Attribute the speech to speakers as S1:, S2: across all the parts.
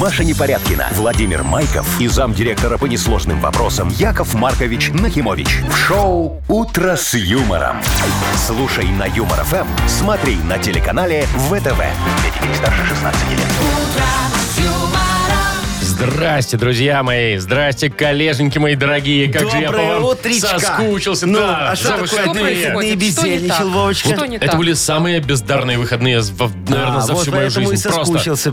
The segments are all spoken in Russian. S1: Маша Непорядкина, Владимир Майков и замдиректора по несложным вопросам Яков Маркович Нахимович. В шоу «Утро с юмором». Слушай на Юмор ФМ, смотри на телеканале ВТВ. Для детей старше 16 лет.
S2: Здрасте, друзья мои. Здрасте, коллеженьки мои дорогие. Как же я по
S3: Доброе
S2: вам
S3: утречко.
S2: соскучился.
S3: Ну,
S2: Да,
S3: а что
S2: за
S3: такое
S2: выходные.
S3: одни выходные
S4: Что не так?
S3: бездельничал, Вовочка?
S4: Что не
S2: Это
S4: так?
S2: были самые бездарные выходные, во- наверное,
S3: А,
S2: за
S3: вот
S2: всю мою
S3: поэтому
S2: жизнь.
S3: и соскучился,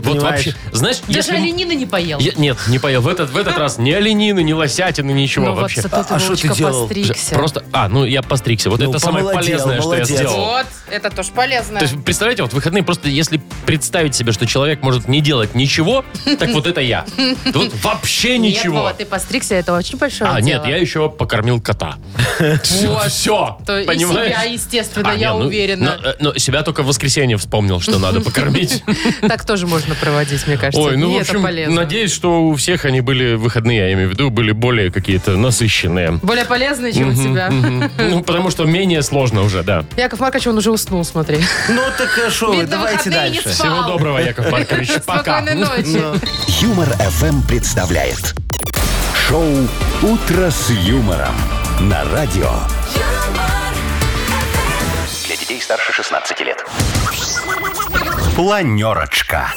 S2: Просто. Вот
S3: понимаешь?
S2: вообще, знаешь,
S4: Даже
S2: если-
S4: оленина не поел.
S2: Я- нет, не поел. В этот, в этот раз ни оленины, ни лосятины, ничего
S4: Ну вот,
S2: вообще.
S4: зато ты,
S3: А что ты
S4: Вовочка,
S3: делал?
S4: постригся.
S2: Просто, а, ну я постригся. Вот
S3: Ну,
S2: это самое
S3: помолодел,
S2: полезное,
S3: молодец.
S2: что я сделал.
S5: Вот, это тоже полезно.
S2: То есть, представляете, вот выходные просто, если представить себе, что человек может не делать ничего, так вот это я. Тут вообще
S4: Нет,
S2: ничего.
S4: Вова, ты постригся, это очень большое
S2: А,
S4: дело.
S2: нет, я еще покормил кота.
S4: Вот.
S2: Все,
S4: То и себя,
S2: понимаешь?
S4: естественно,
S2: А,
S4: я
S2: не, ну,
S4: уверена.
S2: но, э, Но себя только в воскресенье вспомнил, что надо покормить.
S4: Так тоже можно проводить, мне кажется.
S2: Ой, ну,
S4: И
S2: в
S4: это
S2: общем,
S4: полезно.
S2: надеюсь, что у всех они были выходные, я имею в виду, были более какие-то насыщенные.
S4: Более полезно, чем у тебя.
S2: Мгм. Ну, потому что менее сложно уже, да.
S4: Яков Маркович, он уже уснул, смотри.
S3: Ну так хорошо,
S4: Видно,
S3: давайте
S4: выходные не
S3: дальше.
S4: спал.
S2: Всего
S4: Вау.
S2: доброго, Яков Маркович. Пока. Ну,
S4: Спокойной ночи.
S1: Юмор ФМ представляет. Шоу «Утро с юмором» на радио. Для детей старше 16 лет. Планерочка.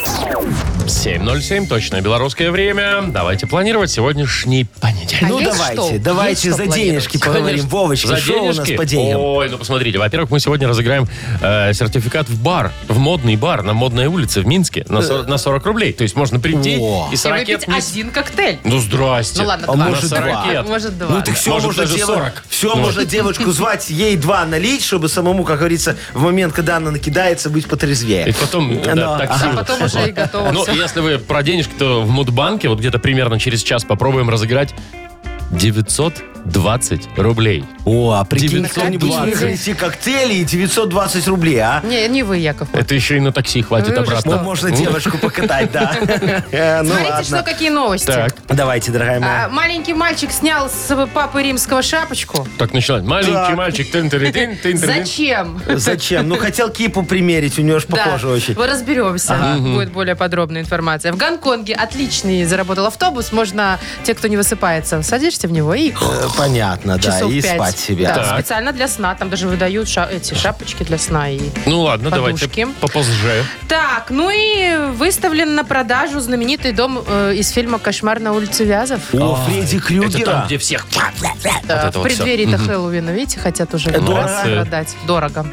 S2: 7.07, точное белорусское время. Давайте планировать сегодняшний понедельник.
S3: Ну
S4: есть
S3: давайте,
S4: что?
S3: давайте
S4: Есть что
S3: за денежки поговорим.
S2: Конечно.
S3: Вовочка,
S2: За
S3: что у нас
S2: денежки?
S3: по деньгам?
S2: Ой, ну посмотрите, во-первых, мы сегодня разыграем э, сертификат в бар, в модный бар на модной улице в Минске на, сор- на 40 рублей. То есть можно прийти
S3: Э. О.
S2: и с
S4: И
S2: ракет...
S4: выпить один коктейль.
S2: Ну здрасте.
S4: Ну ладно,
S3: А
S4: два.
S3: может,
S2: На
S3: два.
S2: сорокет.
S4: Может, два.
S3: Ну так все,
S2: Может,
S3: можно,
S2: даже
S3: дева-
S2: 40.
S3: все
S2: Ну.
S3: можно девочку звать, ей два налить, чтобы самому, как говорится, в момент, когда она накидается, быть
S2: И Э,
S3: потрезвее.
S2: потом, да,
S3: Ну,
S2: так
S3: а
S2: сильно.
S4: потом уже и готово
S2: Ну,
S4: всё.
S2: если вы про денежки, то в Мудбанке вот где-то примерно через час попробуем разыграть 920 рублей.
S3: О, а прикинь,
S2: 920.
S3: кто-нибудь выиграете коктейли и 920 рублей, а?
S4: Не, не вы, Яков Маркович.
S2: Это еще и на такси хватит
S4: Вы уже
S3: Ну,
S2: обратно.
S3: можно девочку покатать, да. Э, Ну
S4: Смотрите, что
S3: ладно.
S4: какие новости.
S2: Так,
S3: Давайте, дорогая
S4: А,
S3: моя.
S4: маленький мальчик снял с папы римского шапочку.
S2: так начинать. Маленький
S3: Так.
S2: мальчик. тын-тыры-тын, тын-тыры-тын.
S4: Зачем?
S3: Зачем? Ну, хотел кипу примерить, у нее же
S4: Да,
S3: похоже очень. Э,
S4: мы разберемся. Будет более подробная информация. В Гонконге отличный заработал автобус. Можно, те, кто не высыпается, садишься в него и
S3: Э, Понятно, да,
S4: часов
S3: и
S4: пять.
S3: спать
S4: Да,
S3: себя.
S4: специально для сна. Там даже выдают ша- эти шапочки для сна. И...
S2: Ну ладно,
S4: Подушки.
S2: давайте попозже.
S4: Так, ну и выставлен на продажу знаменитый дом э, из фильма «Кошмар на улице Вязов».
S3: О, Фредди
S4: Ну,
S2: Это там,
S3: Крюгера.
S2: где всех...
S4: Да,
S2: это
S4: в
S2: вот всё.
S4: преддверии-то Хэллоуина, видите, хотят уже
S3: Это
S4: раз
S3: дорого?
S4: продать. Дорого.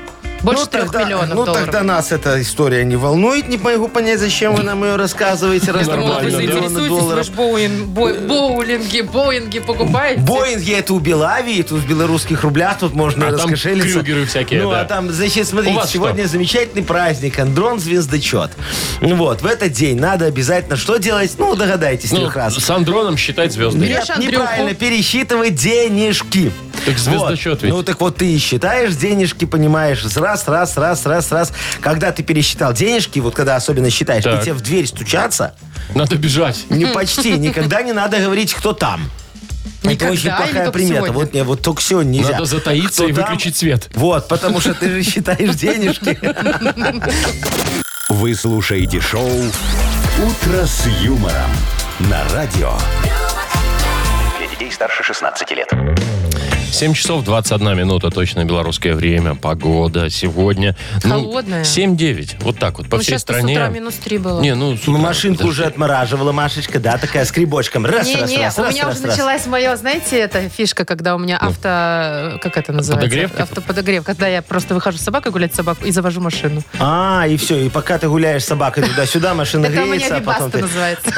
S4: Больше трех
S3: тогда-
S4: миллионов
S3: ну,
S4: долларов.
S3: тогда нас эта история не волнует. Не могу понять, зачем вы нам ее рассказываете. Раз там
S4: Ну,
S3: два
S4: вы
S3: миллиона
S4: заинтересуетесь, вы
S3: долларов.
S4: ж боуин- бо- боулинги, боинги покупаете.
S3: Боинги это у Белавии, тут в белорусских рублях тут можно
S2: А там
S3: раскошелиться.
S2: крюгеры всякие,
S3: Ну,
S2: да.
S3: а там, значит,
S2: У
S3: смотрите,
S2: вас
S3: сегодня замечательный праздник, Андрон Звездочет. Ну Вот, в этот день надо обязательно что делать? Ну, догадайтесь,
S2: Ну,
S3: трех раз.
S2: с Андроном считать звезды.
S4: Нет.
S3: Нет,
S4: Берешь Андрюху.
S3: неправильно, пересчитывать денежки.
S2: Так звездочет
S3: Вот.
S2: ведь.
S3: Ну так вот ты и считаешь денежки, понимаешь, раз, раз, раз, раз, раз. Когда ты пересчитал денежки, вот когда особенно считаешь,
S2: Так.
S3: и тебе в дверь стучаться,
S2: Надо бежать.
S3: не почти, никогда не надо говорить, кто там.
S4: Никогда
S3: это очень
S4: или
S3: плохая
S4: только
S3: примета.
S4: сегодня?
S3: Вот, не, вот только сегодня нельзя.
S2: Надо затаиться
S3: Кто
S2: и
S3: там?
S2: выключить свет.
S3: Вот, потому что ты же считаешь денежки.
S1: Вы слушаете шоу «Утро с юмором» на радио. Для детей старше 16 лет.
S2: 7 часов 21 минута, точно белорусское время, погода сегодня.
S4: Холодная.
S2: 7-9, вот так вот, по
S4: Ну,
S2: всей
S4: сейчас
S2: стране.
S4: с утра минус три было.
S2: Не, ну, с
S3: Ну,
S2: утра,
S3: машинку
S2: да.
S3: уже отмораживала Машечка, да, такая скребочком. Раз,
S4: Не,
S3: раз,
S4: не,
S3: ну, раз,
S4: у
S3: раз,
S4: меня
S3: раз,
S4: уже
S3: раз.
S4: началась моя, знаете, эта фишка, когда у меня авто... э, Как это называется?
S2: Подогрев, типа?
S4: Автоподогрев. Когда я просто выхожу с собакой гулять с собакой и завожу машину.
S3: А, и все, и пока ты гуляешь с собакой туда-сюда, машина
S4: Это у меня
S3: греется, а потом
S4: вибаста
S3: ты...
S4: называется.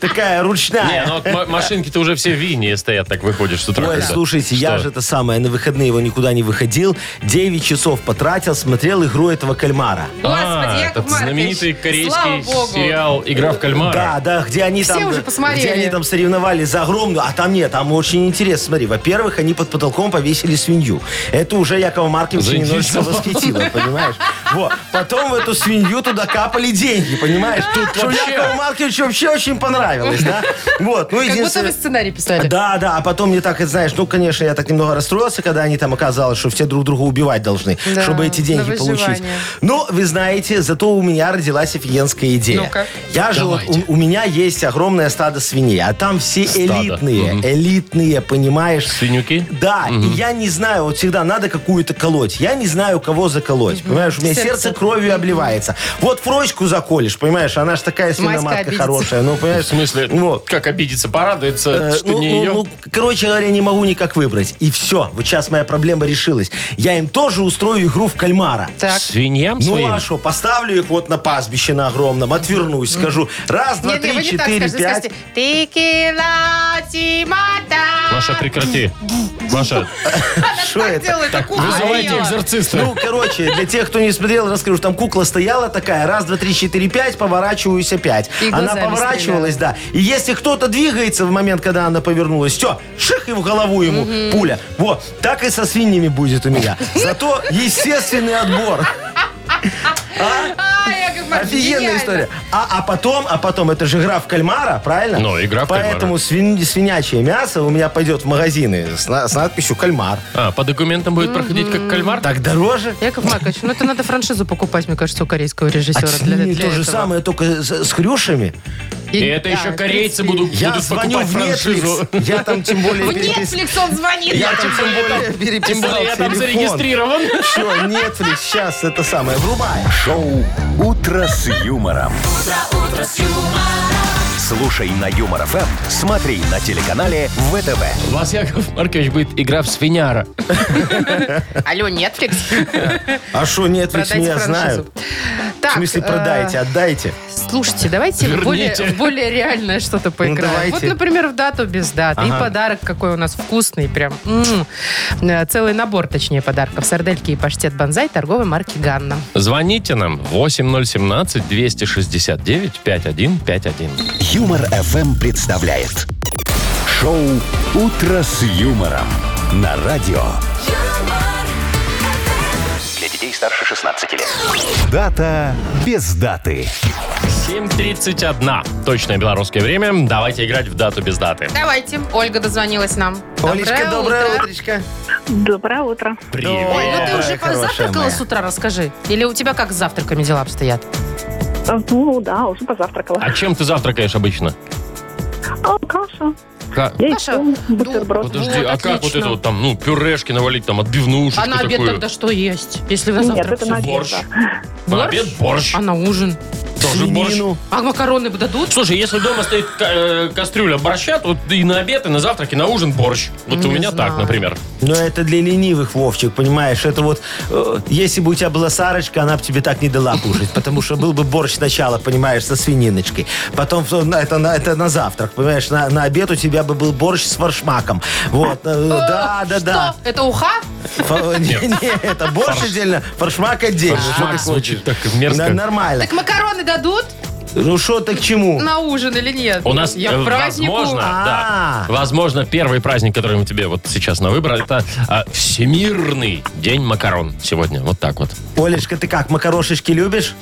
S3: Такая
S2: Не,
S3: ручная.
S2: ну вот ма- машинки-то уже все в Вине стоят, так выходишь с утра.
S3: Ой,
S2: когда.
S3: слушайте, я
S2: ну, Что?
S3: же это самое, на выходные его никуда не выходил, 9 часов потратил, смотрел игру этого кальмара.
S2: А,
S4: Господи, Яков
S2: этот
S4: Маркович,
S2: знаменитый
S4: слава
S2: корейский
S4: богу.
S2: сериал «Игра в кальмара».
S3: Да, да, где они
S4: Все
S3: там...
S4: уже посмотрели.
S3: Где они там соревновались за огромную... А там нет, там очень интересно. Смотри, во-первых, они под потолком повесили свинью. Это уже Якова Марковича немножечко
S2: Заинтересовало.
S3: восхитило, понимаешь? Вот. Потом в эту свинью туда капали деньги, понимаешь? Тут Что
S2: вообще-
S3: Якову Марковичу вообще очень понравилось, да? Вот, ну
S4: Как будто
S3: единственное...
S4: вы сценарий писали.
S3: Да, да, а потом мне так, знаешь, ну, конечно, я так немного расстроился, когда они там оказалось, что все друг друга убивать должны,
S4: Да,
S3: чтобы эти деньги
S4: на
S3: получить.
S4: выживание.
S3: Но, вы знаете, зато у меня родилась офигенская идея.
S4: Ну-ка.
S3: Я же, вот,
S2: Давайте.
S3: у, у меня есть огромное стадо свиней, а там все элитные, элитные, понимаешь?
S2: Свинюки?
S3: Да, и я не знаю, вот всегда надо какую-то колоть. Я не знаю, кого заколоть. Понимаешь, у меня
S4: Сердце.
S3: сердце, кровью обливается. Вот фрочку заколешь, понимаешь, она же такая свиноматка
S4: обидится.
S3: хорошая. Ну, понимаешь,
S2: В смысле,
S3: Вот.
S2: как обидится, порадуется,
S3: Э,
S2: что не ее.
S3: короче говоря, не могу никак выбрать. И все. Вот сейчас моя проблема решилась. Я им тоже устрою игру в кальмара.
S4: Так.
S2: Свиньям
S3: Ну
S2: своим?
S3: а что, поставлю их вот на пастбище на огромном, отвернусь, скажу раз, два,
S4: Не-не, вы
S3: три,
S4: не так
S3: четыре,
S4: скажете,
S3: пять.
S4: скажете «Текила тимата».
S2: Маша, прекрати. Маша,
S3: Что это?
S4: Делай такую
S2: вызывайте
S4: хуйню.
S2: экзорциста.
S3: Ну, короче, для тех, кто не смотрел, расскажу. Там кукла стояла такая, раз, два, три, четыре, пять, поворачиваюсь опять.
S4: И
S3: Она
S4: глазами
S3: поворачивалась, да. И если кто-то двигается в момент, когда она повернулась, все, ших и в голову ему пуля. Вот, так и со свиньями будет у меня. Зато естественный отбор.
S4: А, Яков Маркович,
S3: Офигенная
S4: гениально.
S3: история. А, а потом, а потом, это же игра в кальмара, правильно?
S2: Ну, игра в кальмара.
S3: Поэтому свин- свинячье мясо у меня пойдет в магазины с, на- с надписью «кальмар».
S2: А, по документам будет проходить как кальмар?
S3: Так дороже.
S4: Яков Маркович, ну это надо франшизу покупать, мне кажется, у корейского режиссера.
S3: А с
S4: для,
S3: ними
S4: для
S3: то же
S4: этого.
S3: самое, только с, с хрюшами.
S2: И это
S4: да,
S2: еще
S4: в
S2: корейцы
S4: принципе.
S2: будут,
S3: Я
S2: будут
S3: звоню
S2: покупать
S3: в
S2: франшизу.
S3: Netflix. Я там тем более
S4: В
S3: перепис-
S4: Netflix он звонит.
S3: Я
S4: Яков
S3: там тем более переписал
S2: Тем более я там
S3: телефон.
S2: зарегистрирован.
S3: Все, Netflix, сейчас это самое, врубай.
S1: Шоу «Утро с юмором». Слушай на Юмор ФМ, смотри на телеканале ВТВ.
S2: У вас, Яков Маркович, будет игра в свиняра.
S4: Маркович. Алло, Netflix.
S3: А что, Netflix
S4: Продайте
S3: меня знают?
S4: франшизу.
S3: В
S4: Так,
S3: смысле,
S4: э,
S3: продайте, отдайте.
S4: Слушайте, давайте в более,
S2: Верните.
S4: в более реальное что-то поиграем.
S3: давайте.
S4: вот, например, в дату без даты. И подарок какой у нас вкусный прям. М. Э, Целый набор, точнее, подарков. Сардельки и паштет банзай торговой марки «Ганна».
S2: Звоните нам 8017-269-5151.
S1: Юмор ФМ представляет шоу Утро с юмором на радио. Для детей старше 16 лет. Дата без даты.
S2: 7.31. Точное белорусское время. Давайте играть в дату без даты.
S4: Давайте. Ольга дозвонилась нам.
S3: Олечка, доброе
S4: утро.
S3: утречко.
S5: Доброе утро.
S2: Привет.
S4: Ой, ну ты
S3: Доброе, хорошая
S4: уже позавтракала
S3: моя.
S4: с утра, расскажи. Или у тебя как с завтраками дела обстоят?
S5: Э, Ну да, уже позавтракала.
S2: А чем ты завтракаешь обычно?
S5: А, каша.
S2: Ка-
S5: Яйцо,
S4: ну,
S5: бутерброд.
S2: Подожди,
S4: Вот,
S2: а как вот
S4: отлично.
S2: это вот там, ну, пюрешки навалить, там, отбивнушечку
S4: А на обед
S2: такую?
S4: тогда что есть? Если на
S5: Нет,
S4: завтрак
S5: это
S4: всё?
S5: на обед,
S2: борщ.
S5: да.
S2: На обед борщ.
S4: А на ужин?
S2: Тоже борщ.
S3: Свинину.
S4: А макароны дадут?
S2: Слушай, если дома стоит ка- э, кастрюля борща, то вот и на обед, и на завтрак, и на ужин борщ. Вот у
S4: Не
S2: меня так,
S4: знаю.
S2: например.
S3: Но это для ленивых, Вовчик, понимаешь? Это вот, э, если бы у тебя была Сарочка, она бы тебе так не дала кушать, потому что был бы борщ сначала, понимаешь, со свининочкой. Потом э, на- это, на, это на завтрак, понимаешь? На, на обед у тебя бы был борщ с форшмаком. Вот, э, да, да,
S4: Что?
S3: да.
S4: Это уха?
S3: Фа- Не, не, это борщ отдельно, форшмак отдельно. Что
S2: Шмак
S3: ты
S2: звучит так
S3: А, хочешь?
S2: мерзко.
S3: Н- Нормально.
S4: Так макароны дадут
S3: Ну что ты к чему?
S4: на ужин или нет?
S2: У нас,
S4: Я
S2: э,
S4: к празднику.
S2: возможно, да,
S3: А.
S2: возможно, первый праздник, который мы тебе вот сейчас на выбор, это а, Всемирный день макарон сегодня. Вот так вот.
S3: Олечка, ты как, макарошечки любишь?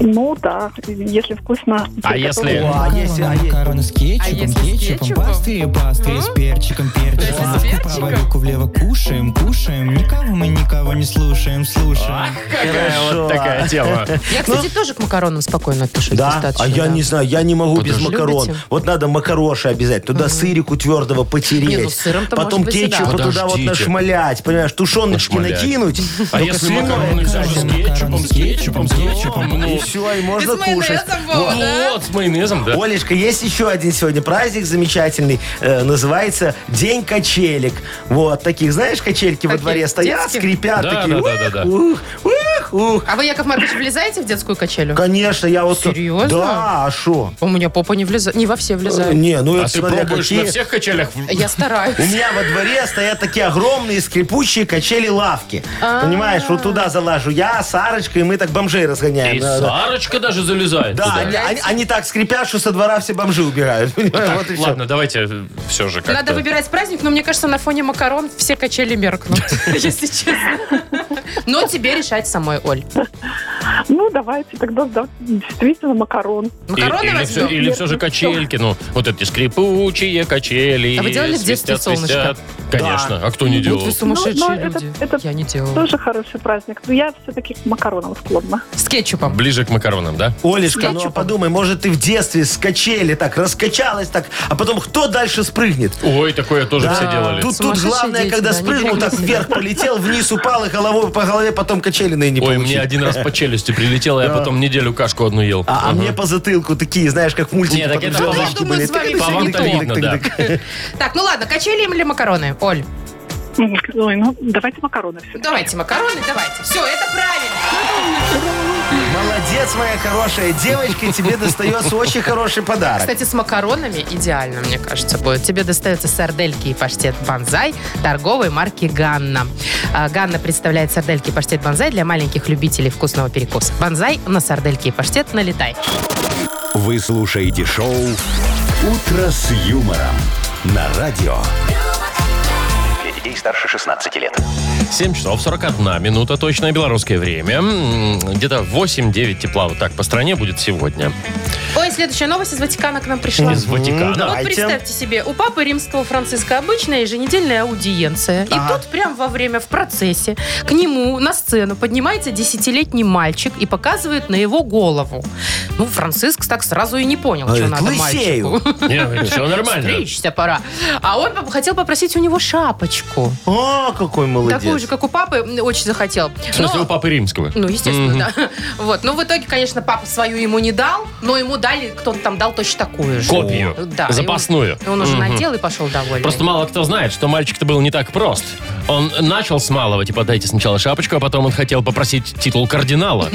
S5: Ну да, если вкусно.
S2: А если-
S3: О, а если- а если-
S6: Макароны с
S4: А
S6: кетчупом,
S4: если с
S6: кетчупом,
S4: кетчупом?
S6: пасты и пасты, с перчиком, перчиком.
S4: Да,
S6: Лапку
S4: с перчиком.
S6: вправо, руку влево кушаем, кушаем. Никого мы никого не слушаем, слушаем.
S2: Какая вот
S3: Хорошо.
S2: такая тема. А
S4: Я, кстати, тоже к макаронам спокойно отношусь
S3: Да,
S4: достаточно.
S3: а я
S4: да.
S3: не знаю, я не могу без
S4: Подожди.
S3: макарон.
S4: Любите?
S3: Вот надо макароши обязательно, туда сырику твердого потереть.
S4: Не, ну с сыром-то
S3: Потом
S4: может быть и да.
S3: кетчупа туда вот
S2: Подождите.
S3: нашмалять, понимаешь, тушеночки
S2: Нашмалять.
S3: накинуть. Ну,
S2: А
S3: только
S2: если
S3: сырое,
S2: макароны все же с
S6: конечно.
S2: кетчупом, с кетчупом, с кетчупом,
S3: И
S2: ну,
S3: все, и
S4: Ты
S3: можно
S4: с майонезом,
S3: кушать.
S4: Вова, да?
S2: ну вот, с майонезом, да.
S3: Олечка, есть еще один сегодня праздник замечательный, э, называется День качелек. Вот, таких, знаешь, качельки во
S4: Таких
S3: дворе стоят,
S4: детских?
S3: скрипят,
S2: Да, да,
S3: такие,
S2: да, да, да.
S3: ух, ух, ух, ух.
S4: А вы, Яков Маркович, влезаете в детскую качелю?
S3: Конечно, я вот...
S4: Серьезно?
S3: Да, а что?
S4: У меня попа не влезает. Не во все влезает.
S3: Не, ну
S2: А
S3: это
S2: ты
S3: смотря
S2: пробуешь
S3: какие.
S2: на всех качелях?
S4: Я стараюсь.
S3: У меня во дворе стоят такие огромные скрипучие качели-лавки.
S4: А.
S3: Понимаешь, вот туда залажу я, Сарочка, и мы так бомжей разгоняем.
S2: И
S3: Э, Да, да.
S2: Сарочка даже залезает
S3: Да,
S2: туда. Ну
S3: они, они- они так скрипят, что со двора все бомжи убегают. Понимаешь,
S2: Так,
S3: вот и всё.
S2: ладно, давайте все же как-то.
S4: Надо выбирать праздник, но мне кажется, на фоне макарон все качели меркнут, если честно. Но тебе решать самой, Оль.
S5: Ну, давайте тогда да, действительно макарон.
S4: Макароны
S2: И- или, все,
S4: возьмем?
S2: или все же качельки, ну, вот эти скрипучие качели.
S4: А вы делали в детстве
S2: свистят, свистят. Конечно, а кто не
S4: Вот
S2: делал?
S4: вы сумасшедшие
S5: Ну, ну, это-
S4: люди.
S5: это
S4: Я не делала.
S5: Тоже хороший праздник. Но я все-таки к макаронам склонна.
S4: С кетчупом.
S2: Ближе к макаронам, да?
S3: Олечка, ну а
S4: Скачу.
S3: подумай, может, ты в детстве скачели так, раскачалась так, а потом кто дальше спрыгнет?
S2: Ой, такое тоже
S3: Да.
S2: все делали.
S3: Тут, тут
S4: Сумасшедшие
S3: главное,
S4: дети,
S3: когда
S4: да, они
S3: спрыгнул, так
S4: прекрасные.
S3: вверх полетел, вниз упал и головой по голове потом качелиной не
S2: Ой,
S3: получил.
S2: мне один раз по челюсти прилетело, я потом неделю кашку одну ел.
S3: А, а
S2: Ага.
S3: мне по затылку такие, знаешь, как мультики.
S2: Не, так
S3: потом
S2: это по
S3: желудочки
S4: вам- Я думаю, с вами
S3: Тык-тык-тык-тык-тык.
S2: По вам-то видно, да.
S4: Так, ну ладно, качели или макароны? Оль,
S5: Ой, ну, давайте макароны все
S4: давайте макароны, давайте. Все, это правильно.
S3: Молодец, моя хорошая девочка, тебе достается очень хороший подарок.
S4: Кстати, с макаронами идеально, мне кажется, будет. Тебе достаются сардельки и паштет «Банзай» торговой марки «Ганна». А, «Ганна» представляет сардельки и паштет «Банзай» для маленьких любителей вкусного перекуса. «Банзай» на сардельки и паштет налетай.
S1: Вы слушаете шоу «Утро с юмором» на радио. Для детей старше 16 лет.
S2: 7 часов 41 минута, точное белорусское время. М, Где-то 8-9 тепла вот так по стране будет сегодня.
S4: Ой, следующая новость из Ватикана к нам пришла. Ну,
S2: Из Ватикана.
S4: Вот
S3: Давайте.
S4: представьте себе, у папы римского Франциска обычная еженедельная аудиенция. И тут прям во время, в процессе, к нему на сцену поднимается десятилетний мальчик и показывает на его голову. Ну, Франциск так сразу и не понял, что
S3: Говорит,
S4: надо
S3: А «Лысею».
S4: мальчику.
S2: Не, все нормально.
S4: Стричься пора. А он пап- хотел попросить у него шапочку.
S3: О, какой
S4: Такую
S3: молодец.
S4: же, как у папы, м, очень захотел.
S2: В смысле,
S4: Но-
S2: у папы римского.
S4: ну,
S2: Мгм.
S4: естественно, да. Вот. Ну, в итоге, конечно, папа свою ему не дал, но ему дали, кто-то там дал точно такую же.
S2: Копию.
S4: Да, и он-
S2: Запасную.
S4: И он уже
S2: Мгм.
S4: надел и пошел довольный.
S2: Просто мало кто знает, что мальчик-то был не так прост. Он начал с малого, типа, дайте сначала шапочку, а потом он хотел попросить титул кардинала.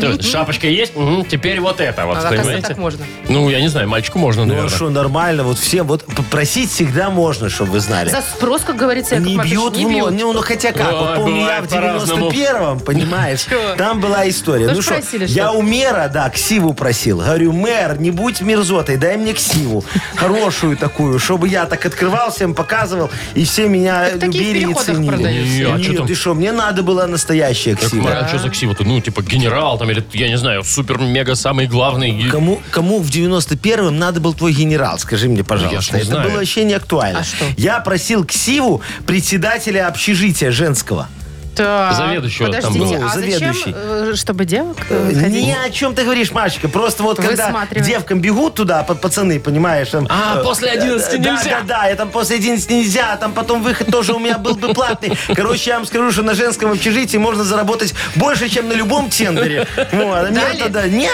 S2: То есть, Шапочка есть? Мгм, Теперь вот это, вот,
S4: А, оказывается,
S2: понимаете?
S4: так можно.
S2: Ну, я не знаю, мальчику можно,
S3: Ну
S2: наверное.
S3: что, нормально, вот всем, вот попросить всегда можно, чтобы вы знали.
S4: За спрос, как говорится, Яков
S3: Не
S4: Маркович,
S3: бьют в
S4: не
S3: лоб.
S4: бьют.
S3: Ну, ну, хотя как.
S2: Ой,
S3: Вот помню, я в
S2: бывает по-разному.
S3: 91-м, понимаешь,
S4: Чё?
S3: там была история.
S4: Тоже
S3: Ну что,
S4: просили,
S3: я
S4: что ли?
S3: у мэра, да, ксиву просил. Говорю, мэр, не будь мерзотой, дай мне ксиву. Хорошую такую, чтобы я так открывал, всем показывал, и все меня
S4: Так такие в
S3: любили и
S4: переходах
S3: ценили.
S4: продаются.
S2: Не, а чё там?
S3: Нет, ты что, мне надо была настоящая
S2: Так,
S3: ксива.
S2: Марат, что за ксива-то? Ну, типа, генерал там, или, я не знаю, супер-мега самый главный. И-
S3: Кому, кому в 91-м надо был твой генерал? Скажи мне,
S2: Я ж
S3: пожалуйста.
S2: не
S3: Это
S2: знаю.
S3: было вообще не актуально.
S4: А что?
S3: Я просил ксиву председателя общежития женского.
S4: Так,
S2: Заведующего там
S4: подождите,
S3: было.
S4: а зачем,
S3: Заведующий.
S4: э, чтобы девок э,
S3: Ни
S4: ходили?
S3: о чем ты говоришь, Машечка. Просто вот когда
S4: Высматривать.
S3: девкам бегут туда, па- пацаны, понимаешь, там...
S2: А,
S3: э,
S2: после 11
S3: да,
S2: нельзя.
S3: Да, да, я там после 11 нельзя, а там потом выход тоже у меня был бы платный. Короче, я вам скажу, что на женском общежитии можно заработать больше, чем на любом тендере. Вот, а мне
S4: Дали?
S3: тогда- не.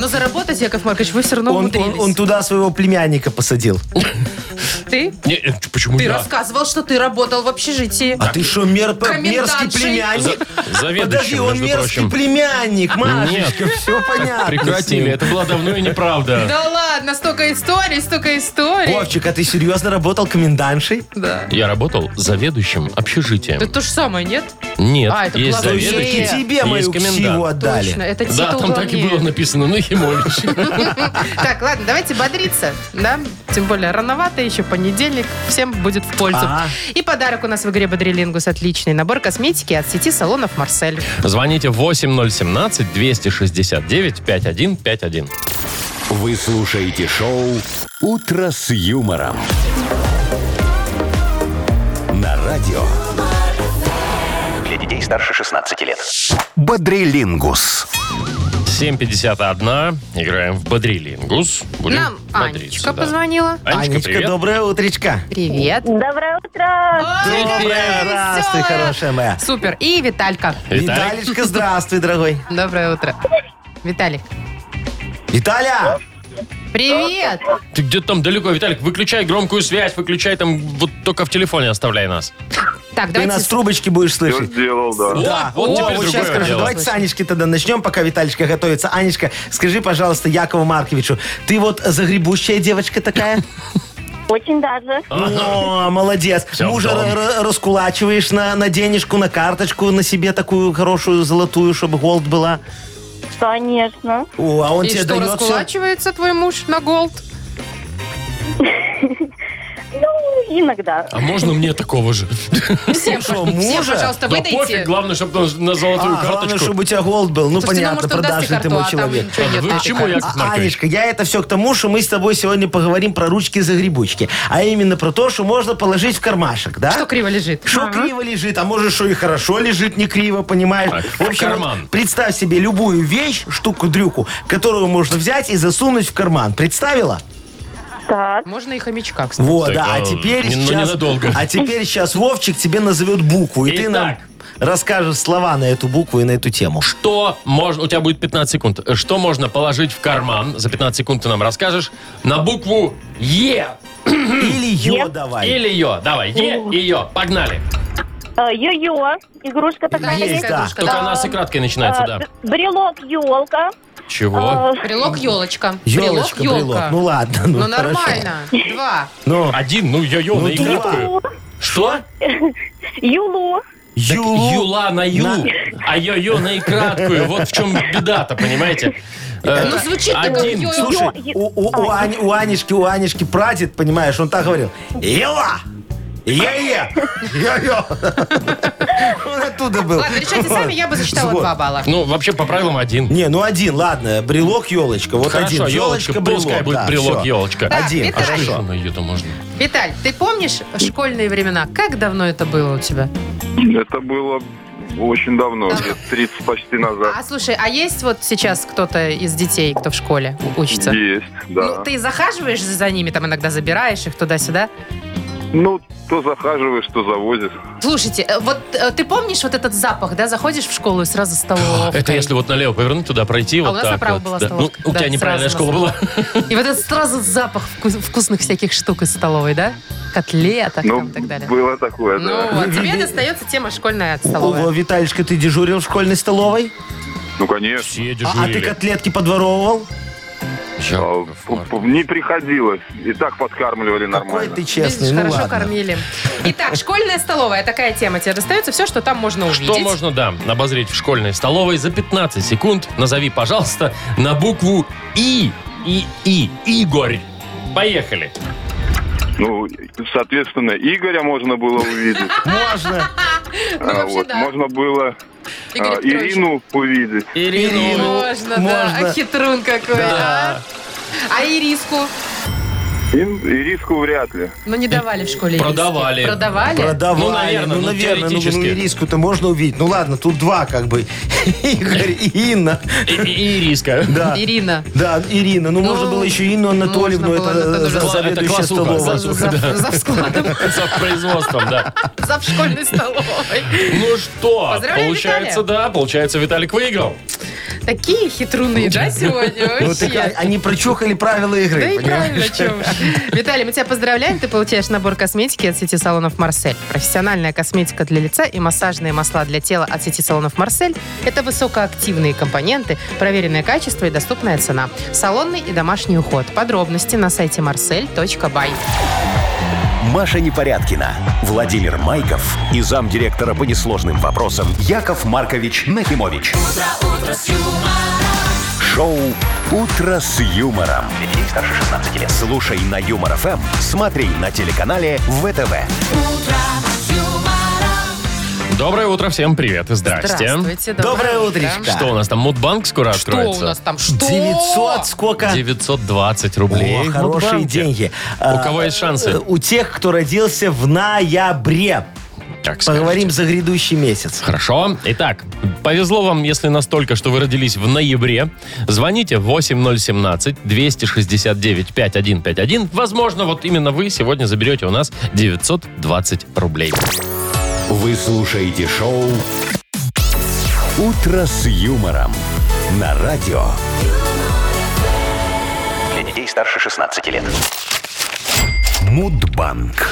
S4: Но заработать, Яков Маркович, вы все равно
S3: Он, он-
S4: умудрились.
S3: он туда своего племянника посадил.
S4: Ты?
S2: Не, э, ч- почему
S4: Ты
S2: я?
S4: рассказывал, что ты работал в общежитии.
S3: А ты что, мер- мерзкий
S4: Комендантшей.
S2: За-
S3: племянник? Подожди,
S2: Заведующим,
S3: он
S2: между
S3: мерзкий
S2: прочим. Ну
S3: племянник, Машечка, все понятно. с
S2: Прекратили,
S3: ним.
S2: это было давно и неправда.
S4: Да ладно, столько историй, столько историй.
S3: Вовчик, а ты серьезно работал комендантшей?
S4: Да.
S2: Я работал заведующим общежитием.
S4: Это то же самое, нет?
S2: Нет,
S4: А, это
S2: есть
S4: главное.
S3: И
S2: заведующий,
S4: Заведующий.
S3: тебе мою
S2: есть
S3: ксиву
S2: комендант.
S3: отдали.
S4: Точно, это титул
S2: Да, там так и
S4: главнее.
S2: было написано, ну, Якимович.
S4: Так, ладно, давайте бодриться, да? Тем более рановато, еще понедельник, всем будет в пользу.
S3: Ага.
S4: И подарок у нас в игре Бодрилингус отличный. Набор косметики от сети салонов Марсель.
S2: Звоните 8017-269-5151.
S1: Вы слушаете шоу «Утро с юмором». На радио. Для детей старше 16 лет. Бодрилингус.
S2: 7.51. Играем в Бодрилингус. Будем
S4: Нам
S2: бодриться,
S4: Анечка
S2: да.
S4: позвонила.
S2: Анечка,
S3: Анечка,
S2: привет.
S3: доброе утречко.
S4: Привет.
S7: Доброе утро!
S4: Ой, какая
S3: Доброе, здравствуй,
S4: веселая.
S3: хорошая моя.
S4: Супер. И Виталька.
S2: Виталик.
S3: Виталичка, здравствуй, дорогой.
S4: Доброе утро. Виталик.
S3: Виталя,
S4: Привет.
S2: Ты где-то там далеко, Виталик, выключай громкую связь, выключай там, вот только в телефоне оставляй нас.
S4: Так,
S3: ты
S4: давайте...
S3: нас трубочки будешь
S8: Все
S3: слышать.
S8: сделал, да.
S2: Да, вот теперь
S3: вот сейчас
S2: другое
S3: скажу.
S2: дело.
S3: Давайте с Анечки тогда начнем, пока Виталичка готовится. Анечка, скажи, пожалуйста, Якову Марковичу, ты вот загребущая девочка такая?
S7: Очень даже.
S3: О, молодец.
S2: Всё
S3: Мужа
S2: дом.
S3: ра- ра- раскулачиваешь на, на денежку, на карточку, на себе такую хорошую золотую, чтобы голд была.
S7: Конечно.
S3: О, а он
S4: И
S3: тебе
S4: что,
S3: дает все.
S4: раскулачивается твой муж на голд?
S7: Ну, иногда.
S2: А можно мне такого же?
S8: Всем,
S3: Что,
S8: пож- всем,
S3: мужа?
S8: пожалуйста,
S2: Да пофиг,
S8: выдайте.
S2: главное, чтобы на
S3: А,
S2: золотую
S3: главное,
S2: карточку.
S3: чтобы у тебя голд был. Ну,
S8: Слушайте, ну,
S3: понятно,
S8: может, он даст и
S3: продажный ты
S8: карту,
S3: мой
S8: а там
S3: человек.
S8: ничего
S2: Ладно,
S8: нет,
S2: вы
S8: ну,
S2: почему,
S8: такая.
S2: Яков
S3: А,
S2: Маркович?
S3: Анечка, я это все к тому, что мы с тобой сегодня поговорим про ручки-загребучки. А именно про то, что можно положить в кармашек, да?
S4: Что криво лежит?
S3: Что криво лежит, а может, что и хорошо лежит, не криво, понимаешь?
S2: Так,
S3: в общем,
S2: карман.
S3: вот представь себе любую вещь, штуку-дрюку, которую можно взять и засунуть в карман. Представила?
S7: Так,
S4: Можно и хомячка, кстати.
S3: Вот,
S2: Так,
S3: да.
S2: а,
S3: А теперь
S2: не- ну,
S3: сейчас...
S2: ненадолго.
S3: А теперь сейчас Вовчик тебе назовет букву, и ты нам
S2: Итак.
S3: расскажешь слова на эту букву и на эту тему.
S2: Что можно... У тебя будет 15 секунд. Что можно положить в карман? За 15 секунд ты нам расскажешь. На букву Е.
S8: Хм.
S3: Или ё давай.
S2: Или Ё. Давай, Е и Ё. Погнали.
S7: э, йо-йо, игрушка такая. Э,
S3: Есть,
S8: Есть
S3: да.
S8: игрушка,
S2: Только
S8: да. А,
S2: она с играткой начинается, да.
S7: Брелок, Э, елка.
S2: Чего?
S8: Брелок елочка.
S3: Елочка, брелок. Ну ладно, ну,
S8: Ну
S3: хорошо.
S8: нормально. Два.
S3: Ну,
S2: Один, ну Ё-Ё на
S3: Ну, ты
S2: игратку. Что?
S7: юлу.
S3: юлу.
S2: Юла на Ю,
S3: На-
S2: а Ё-Ё на игратку. Вот в чем беда-то, понимаете? Э,
S8: Ну звучит так, как
S2: Один.
S8: йо-йо.
S3: Слушай,
S7: Ё-
S3: у, у- у Ани- у Анечки, у Анечки прадед, понимаешь, он так говорил. Ела! Е-е! Йо-йо! Он оттуда был.
S8: Ладно, решайте сами, я бы засчитала
S3: Вот.
S8: два балла.
S2: Ну, вообще, по правилам один.
S3: Не, ну один, ладно, брелок, елочка, вот
S2: Хорошо,
S3: один.
S2: елочка,
S3: Ёлочка,
S2: пускай будет
S3: да,
S2: брелок,
S3: всё.
S2: елочка.
S8: Так,
S3: Один,
S8: Виталий.
S3: хорошо.
S2: на Ё-то можно?
S4: Виталь, ты помнишь школьные времена? Как давно это было у тебя?
S9: Это было очень давно, лет 30 почти назад.
S4: А слушай, а есть вот сейчас кто-то из детей, кто в школе у- учится?
S9: Есть, да.
S4: Ну, ты захаживаешь за ними, там иногда забираешь их туда-сюда.
S9: Ну, то захаживаешь, то завозишь.
S4: Слушайте, э, вот э, ты помнишь вот этот запах, да? Заходишь в школу и сразу столовка.
S2: Это если вот налево повернуть, туда пройти,
S4: А
S2: вот
S4: у нас
S2: так
S4: направо
S2: вот,
S4: была
S2: да.
S4: столовка.
S2: Ну, у
S4: Да,
S2: тебя неправильная
S4: сразу
S2: школа была.
S4: И вот этот сразу запах вкус- вкусных всяких штук из столовой, да? Котлеток
S9: Ну,
S4: там и так далее.
S9: было такое,
S4: Ну
S9: да.
S4: вот, тебе достается тема школьная от столовой.
S3: Ого, Виталишка, ты дежурил в школьной столовой?
S9: Ну, конечно.
S2: Все
S3: А, а ты котлетки подворовывал?
S9: А, п- п- Не приходилось. И так подкармливали
S3: Какой
S9: нормально.
S3: ты
S4: Видишь,
S3: честный, ну
S4: хорошо
S3: ладно.
S4: кормили. Итак, школьная столовая, такая тема. Тебе достается все, что там можно увидеть.
S2: Что можно, да, обозреть в школьной столовой за 15 секунд? Назови, пожалуйста, на букву И. И, И. Игорь. Поехали.
S9: Ну, соответственно, Игоря можно было увидеть.
S3: Можно.
S4: Ну,
S9: А,
S4: вообще,
S9: вот,
S4: да.
S9: Можно было а,
S4: Игорь Петрович.
S9: Ирину увидеть.
S2: Ирину.
S4: Можно, да.
S3: можно.
S4: А хитрун какой,
S2: Да.
S4: а? А ириску?
S9: Ин- Ириску вряд ли.
S4: Ну, не давали в школе ириски.
S2: Продавали.
S4: Продавали?
S3: Продавали.
S2: Ну, наверное,
S3: ну,
S2: ну,
S3: наверное, ну,
S2: теоретически.
S3: ну, ириску-то можно увидеть. Ну, ладно, тут два, как бы. Игорь и Инна.
S2: И- и- Ириска.
S3: Да.
S4: Ирина.
S3: Да, Ирина. Ну,
S4: Ну,
S3: можно было еще Инну Анатольевну,
S4: можно
S3: это
S4: было Анатолию.
S3: за-
S2: Кла- это
S3: заведующая
S2: классуха.
S3: столовой.
S2: Классуха.
S4: За, за вскладом,
S2: За производством, да.
S4: за в школьной столовой.
S2: Ну что,
S4: Поздравляем,
S2: получается, да, получается, Виталик выиграл.
S4: Такие хитруны, да, сегодня
S3: Ну, так а-
S4: вообще?
S3: они прочухали правила игры,
S4: Да и правильно,
S3: понимаешь?
S4: чё уж. Виталий, мы тебя поздравляем. Ты получаешь набор косметики от сети салонов «Марсель». Профессиональная косметика для лица и массажные масла для тела от сети салонов «Марсель» – это высокоактивные компоненты, проверенное качество и доступная цена. Салонный и домашний уход. Подробности на сайте marsel.by.
S1: Маша Непорядкина, Владимир Майков и замдиректора по несложным вопросам Яков Маркович Нахимович. Шоу Утро с юмором. Детей старше 16 лет. Слушай на юмор ФМ, смотри на телеканале ВТВ.
S2: Доброе утро, всем привет. Здрасте.
S4: Здравствуйте.
S3: Доброе утречко.
S4: утро.
S2: Что у нас там, Мудбанк скоро
S4: Что
S2: откроется?
S4: у нас там? Что?
S3: 900 сколько?
S2: 920 рублей.
S3: О,
S2: в
S3: хорошие
S2: Мудбанке.
S3: деньги.
S2: ну,
S3: А,
S2: У кого есть шансы?
S3: У тех, кто родился в ноябре.
S2: Как скажете.
S3: Поговорим за грядущий месяц.
S2: Хорошо. Итак, повезло вам, если настолько, что вы родились в ноябре. Звоните 8017-269-5151. Возможно, вот именно вы сегодня заберете у нас 920 рублей.
S1: Вы слушаете шоу Утро с юмором на радио. Для детей старше 16 лет. Мудбанк.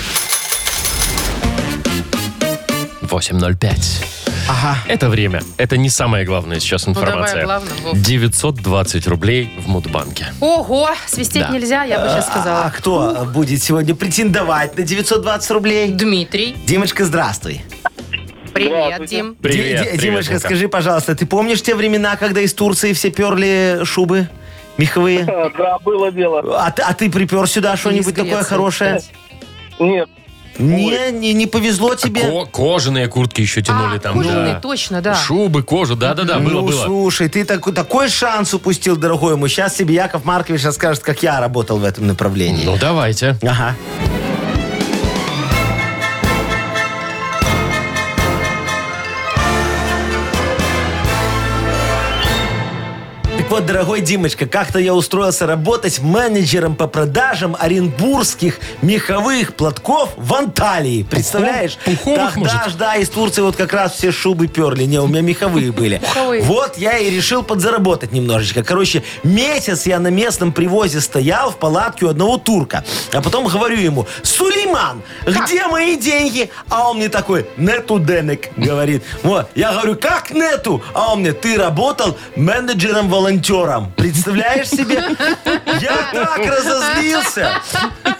S2: 8.05.
S3: Ага.
S2: Это время. Это не самая главная сейчас
S4: Ну, давай,
S2: информация.
S4: главное, Вов.
S2: 920 рублей в Мудбанке.
S4: Ого, свистеть
S2: Да.
S4: нельзя, я бы сейчас
S3: А
S4: сказала.
S3: кто будет сегодня претендовать на 920 рублей?
S4: Дмитрий,
S3: Димочка, здравствуй.
S4: привет, Дим.
S2: Привет,
S3: Ди- Ди-
S2: привет,
S3: Димочка,
S2: Лука.
S3: скажи, пожалуйста, ты помнишь те времена, когда из Турции все перли шубы меховые?
S5: Да, было дело.
S3: А, ты- а ты припер сюда что-нибудь
S4: Из Греции.
S3: такое хорошее?
S5: Нет,
S3: Не, не, не повезло
S2: А
S3: тебе.
S2: Ко- кожаные куртки еще тянули
S4: А,
S2: там.
S4: кожаные,
S2: да.
S4: точно, да.
S2: Шубы, кожу, да-да-да, было,
S3: ну,
S2: было.
S3: слушай, ты так- такой шанс упустил, дорогой мой. Сейчас тебе Яков Маркович расскажет, как я работал в этом направлении.
S2: Ну, давайте.
S3: Ага. Так вот, дорогой Димочка, как-то я устроился работать менеджером по продажам оренбургских меховых платков в Анталии. Представляешь?
S2: пуховых,
S3: Тогда
S2: может?
S3: ж, да, из Турции вот как раз все шубы перли. Не, у меня меховые были.
S4: Меховые.
S3: Вот я и решил подзаработать немножечко. Короче, месяц я на местном привозе стоял в палатке у одного турка. А потом говорю ему, Сулейман, где мои деньги? А он мне такой, нету денег, говорит. Вот, я говорю, как нету? А он мне, ты работал менеджером-волонтером. Представляешь себе? Я так разозлился.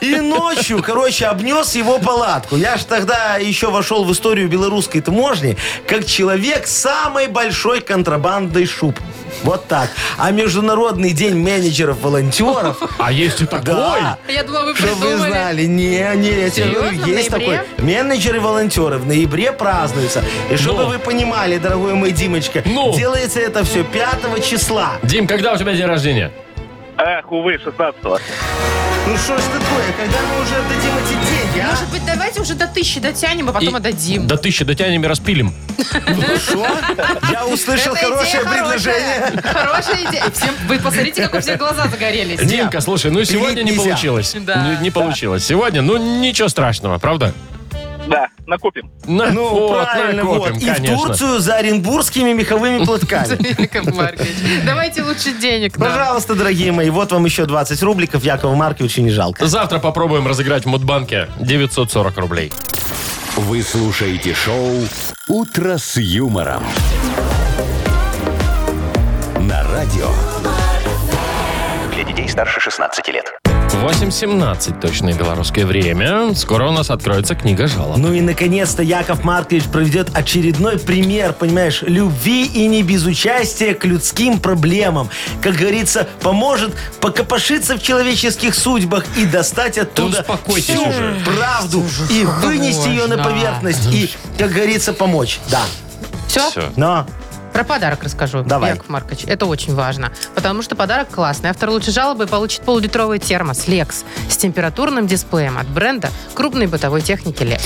S3: И ночью, короче, обнес его палатку. Я ж тогда еще вошел в историю белорусской таможни как человек с самой большой контрабандой шуб. Вот так. А Международный день менеджеров-волонтеров...
S2: А есть и такой.
S3: Да,
S8: Я думала, вы
S3: чтобы вы
S8: придумали.
S3: знали. Не, не, я тебе говорю,
S4: Серьезно? В
S3: есть такой.
S4: ноябре?
S3: Менеджеры-волонтеры в ноябре празднуются. И чтобы
S2: Ну.
S3: вы понимали, дорогой мой Димочка,
S2: Ну.
S3: делается это все 5 числа.
S2: Дим, когда у тебя день рождения?
S9: Эх, увы, 16-го.
S3: Ну что ж такое, когда мы уже отдадим эти деньги, а?
S8: Может быть, давайте уже до тысячи дотянем, а потом
S2: И
S8: отдадим.
S2: До тысячи дотянем и распилим.
S3: Что? Я услышал
S8: Это идея
S3: хорошее предложение.
S8: Хорошая идея. Всем, вы посмотрите, как у всех глаза загорелись.
S2: Димка, слушай, ну сегодня не
S3: нельзя.
S2: получилось.
S8: Да.
S2: Ну, Не получилось. Сегодня, ну ничего страшного, правда?
S9: Да, накупим.
S2: На-
S3: Ну,
S2: вот,
S3: правильно,
S2: накопим,
S3: вот. И в
S2: конечно.
S3: Турцию за оренбургскими меховыми платками.
S8: Яков Маркович, давайте лучше денег. нам.
S3: Пожалуйста, дорогие мои, вот вам еще 20 рубликов. Якова Марковича не жалко.
S2: Завтра попробуем разыграть в Мудбанке 940 рублей.
S1: Вы слушаете шоу «Утро с юмором». На радио. Для детей старше 16 лет.
S2: 8.17 точное белорусское время. Скоро у нас откроется книга жалоб.
S3: Ну и, наконец-то, Яков Маркович проведет очередной пример, понимаешь, любви и не без участия к людским проблемам. Как говорится, поможет покопошиться в человеческих судьбах и достать оттуда
S2: успокойтесь
S3: всю
S2: уже.
S3: правду и вынести ее на
S8: можно?
S3: поверхность и, как говорится, помочь. Да.
S8: Все?
S2: Все.
S3: Но
S4: Про подарок расскажу,
S3: Давай.
S4: Яков Маркович. Это очень важно, потому что подарок классный. Автор лучшей жалобы получит полулитровый термос Lex с температурным дисплеем от бренда крупной бытовой техники Lex.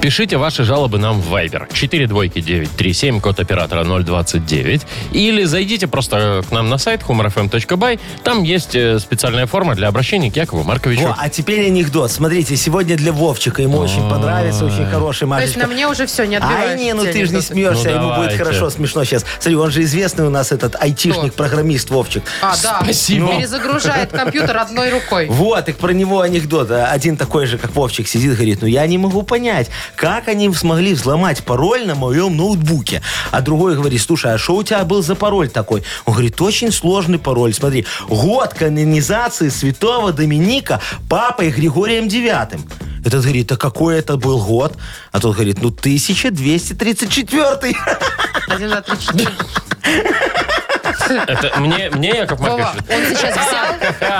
S2: Пишите ваши жалобы нам в Viber 42937, код оператора 029. Или зайдите просто к нам на сайт humorfm.by. Там есть э, специальная форма для обращения к Якову Марковичу.
S3: Во, а теперь анекдот. Смотрите, сегодня для Вовчика. Ему очень понравится, очень хороший
S4: То есть
S3: Машечка.
S4: на мне уже все, не отбиваешь.
S3: Ай, не, ну
S4: эти
S3: ты же не
S4: анекдоты.
S3: смеешься,
S2: Ну,
S3: ему
S2: давайте.
S3: будет хорошо, смешно сейчас. Смотри, он же известный у нас этот айтишник-программист Вовчик.
S4: А, да.
S2: Спасибо.
S4: Перезагружает компьютер одной рукой.
S3: Вот, так про него анекдот. А, Один такой же, как Вовчик, сидит и говорит, ну я не могу понять, как они смогли взломать пароль на моем ноутбуке. А другой говорит, слушай, а что у тебя был за пароль такой? Он говорит, очень сложный пароль. Смотри, год канонизации святого Доминика папой Григорием Девятым. Этот говорит, а какой это был год? А тот говорит, ну 1234.
S4: Один, два, три, четыре.
S2: Это мне, мне Яков
S4: Вова,
S2: Маркович?
S4: он сейчас взял,